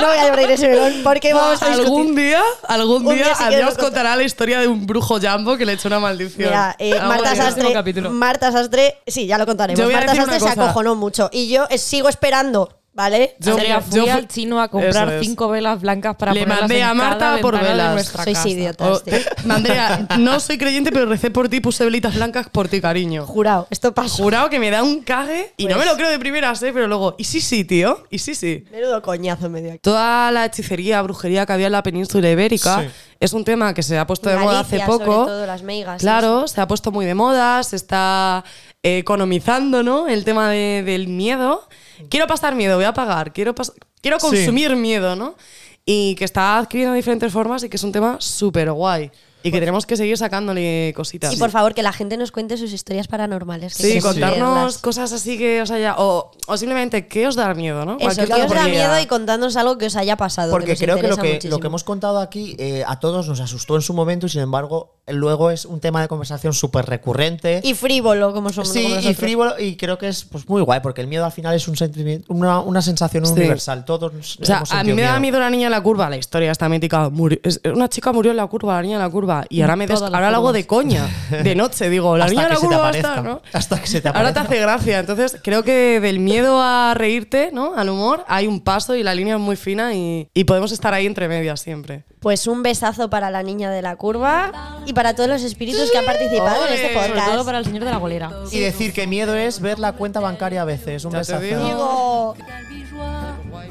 S2: no voy a abrir ese melón porque vamos a discutir.
S4: Ah, Algún día, algún
S2: Un
S4: día,
S2: día sí que
S4: alguien
S2: nos
S4: os contará la historia de un brujo jambo que le echó una maldición.
S2: Mira, eh,
S4: Ah,
S2: Marta
S4: bueno.
S2: Sastre,
S5: próximo capítulo.
S2: Marta Sastre, sí, ya lo contaremos.
S4: Yo voy a
S2: Marta
S4: decir
S2: Sastre se
S4: una cosa.
S2: acojonó mucho y yo eh, sigo esperando, ¿vale?
S4: Yo-
S5: Andrea, fui
S4: yo fui-
S5: al chino a
S4: Eso
S5: comprar
S4: es.
S5: cinco velas blancas para
S4: Le
S5: ponerlas
S4: mandé
S5: en
S4: a
S5: cada
S4: Marta por
S5: ventana de
S4: velas.
S5: nuestra
S2: Sois
S5: casa.
S2: idiotas.
S4: Oh,
S2: Fantástico.
S4: (laughs) Andrea, no soy creyente, pero recé por ti, puse velitas blancas por ti, cariño.
S2: Jurado, esto pasó.
S4: Jurado que me da un cague y no
S2: Pues
S4: me lo creo de primeras, ¿eh? Pero luego, y sí, sí, tío, y sí, sí.
S2: Menudo coñazo me dio aquí.
S4: Toda la hechicería, brujería que había en la península ibérica es un tema que se ha puesto de moda hace
S2: Galicia,
S4: poco.
S2: sobre todo, las meigas,
S4: Claro, se ha puesto muy de moda, se está eh, economizando, ¿no? El tema de- del miedo. Quiero pasar miedo, voy a pagar, quiero, pas- quiero consumir miedo, ¿no? Y que está adquiriendo diferentes formas y que es un tema súper guay. Y que tenemos que seguir sacándole cositas.
S2: Y por favor, que la gente nos cuente sus historias paranormales. que
S4: Sí,
S2: queremos
S4: contarnos
S2: leerlas.
S4: cosas así que os haya. O, o simplemente, ¿qué os da miedo, no?
S2: Eso,
S4: Cualquier
S2: que os da
S4: oportunidad.
S2: miedo y contándonos algo que os haya pasado.
S3: Porque creo que lo que,
S2: que,
S3: lo que hemos contado aquí eh, a todos nos asustó en su momento y sin embargo luego es un tema de conversación súper recurrente.
S2: Y frívolo, como somos como
S3: Sí, y
S2: nosotros.
S3: frívolo, y creo que es pues, muy guay, porque el miedo al final es un sentimiento, una, una sensación
S4: Sí.
S3: universal. Todos
S4: O sea,
S3: hemos
S4: a mí
S3: sentido
S4: me da
S3: miedo.
S4: miedo la niña en la curva, la historia está mítica. Murió- es- una chica murió en la curva, la niña en la curva. Y ahora me des,
S5: Todas las
S4: ahora lo hago
S5: curvas.
S4: de coña, de noche, digo, la
S3: Hasta
S4: niña en la
S3: que se te
S4: curva va a
S3: aparezca.
S4: estar, ¿no?
S3: Hasta que se te
S4: Ahora te
S3: aparezca.
S4: hace gracia. Entonces, creo que del miedo a reírte, ¿no? Al humor, hay un paso y la línea es muy fina y, y podemos estar ahí entre medias siempre.
S2: Pues un besazo para la niña de la curva y para todos los espíritus que han participado en este
S4: Ole, sobre
S5: Sobre todo
S2: podcast.
S5: para el señor de la golera.
S3: Y decir que miedo es ver la cuenta bancaria a veces. Un
S4: Ya te
S3: besazo.
S2: Diego.
S4: digo.
S6: Albigeois.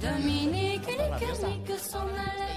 S6: Dominique et les Carniques s'en allaient.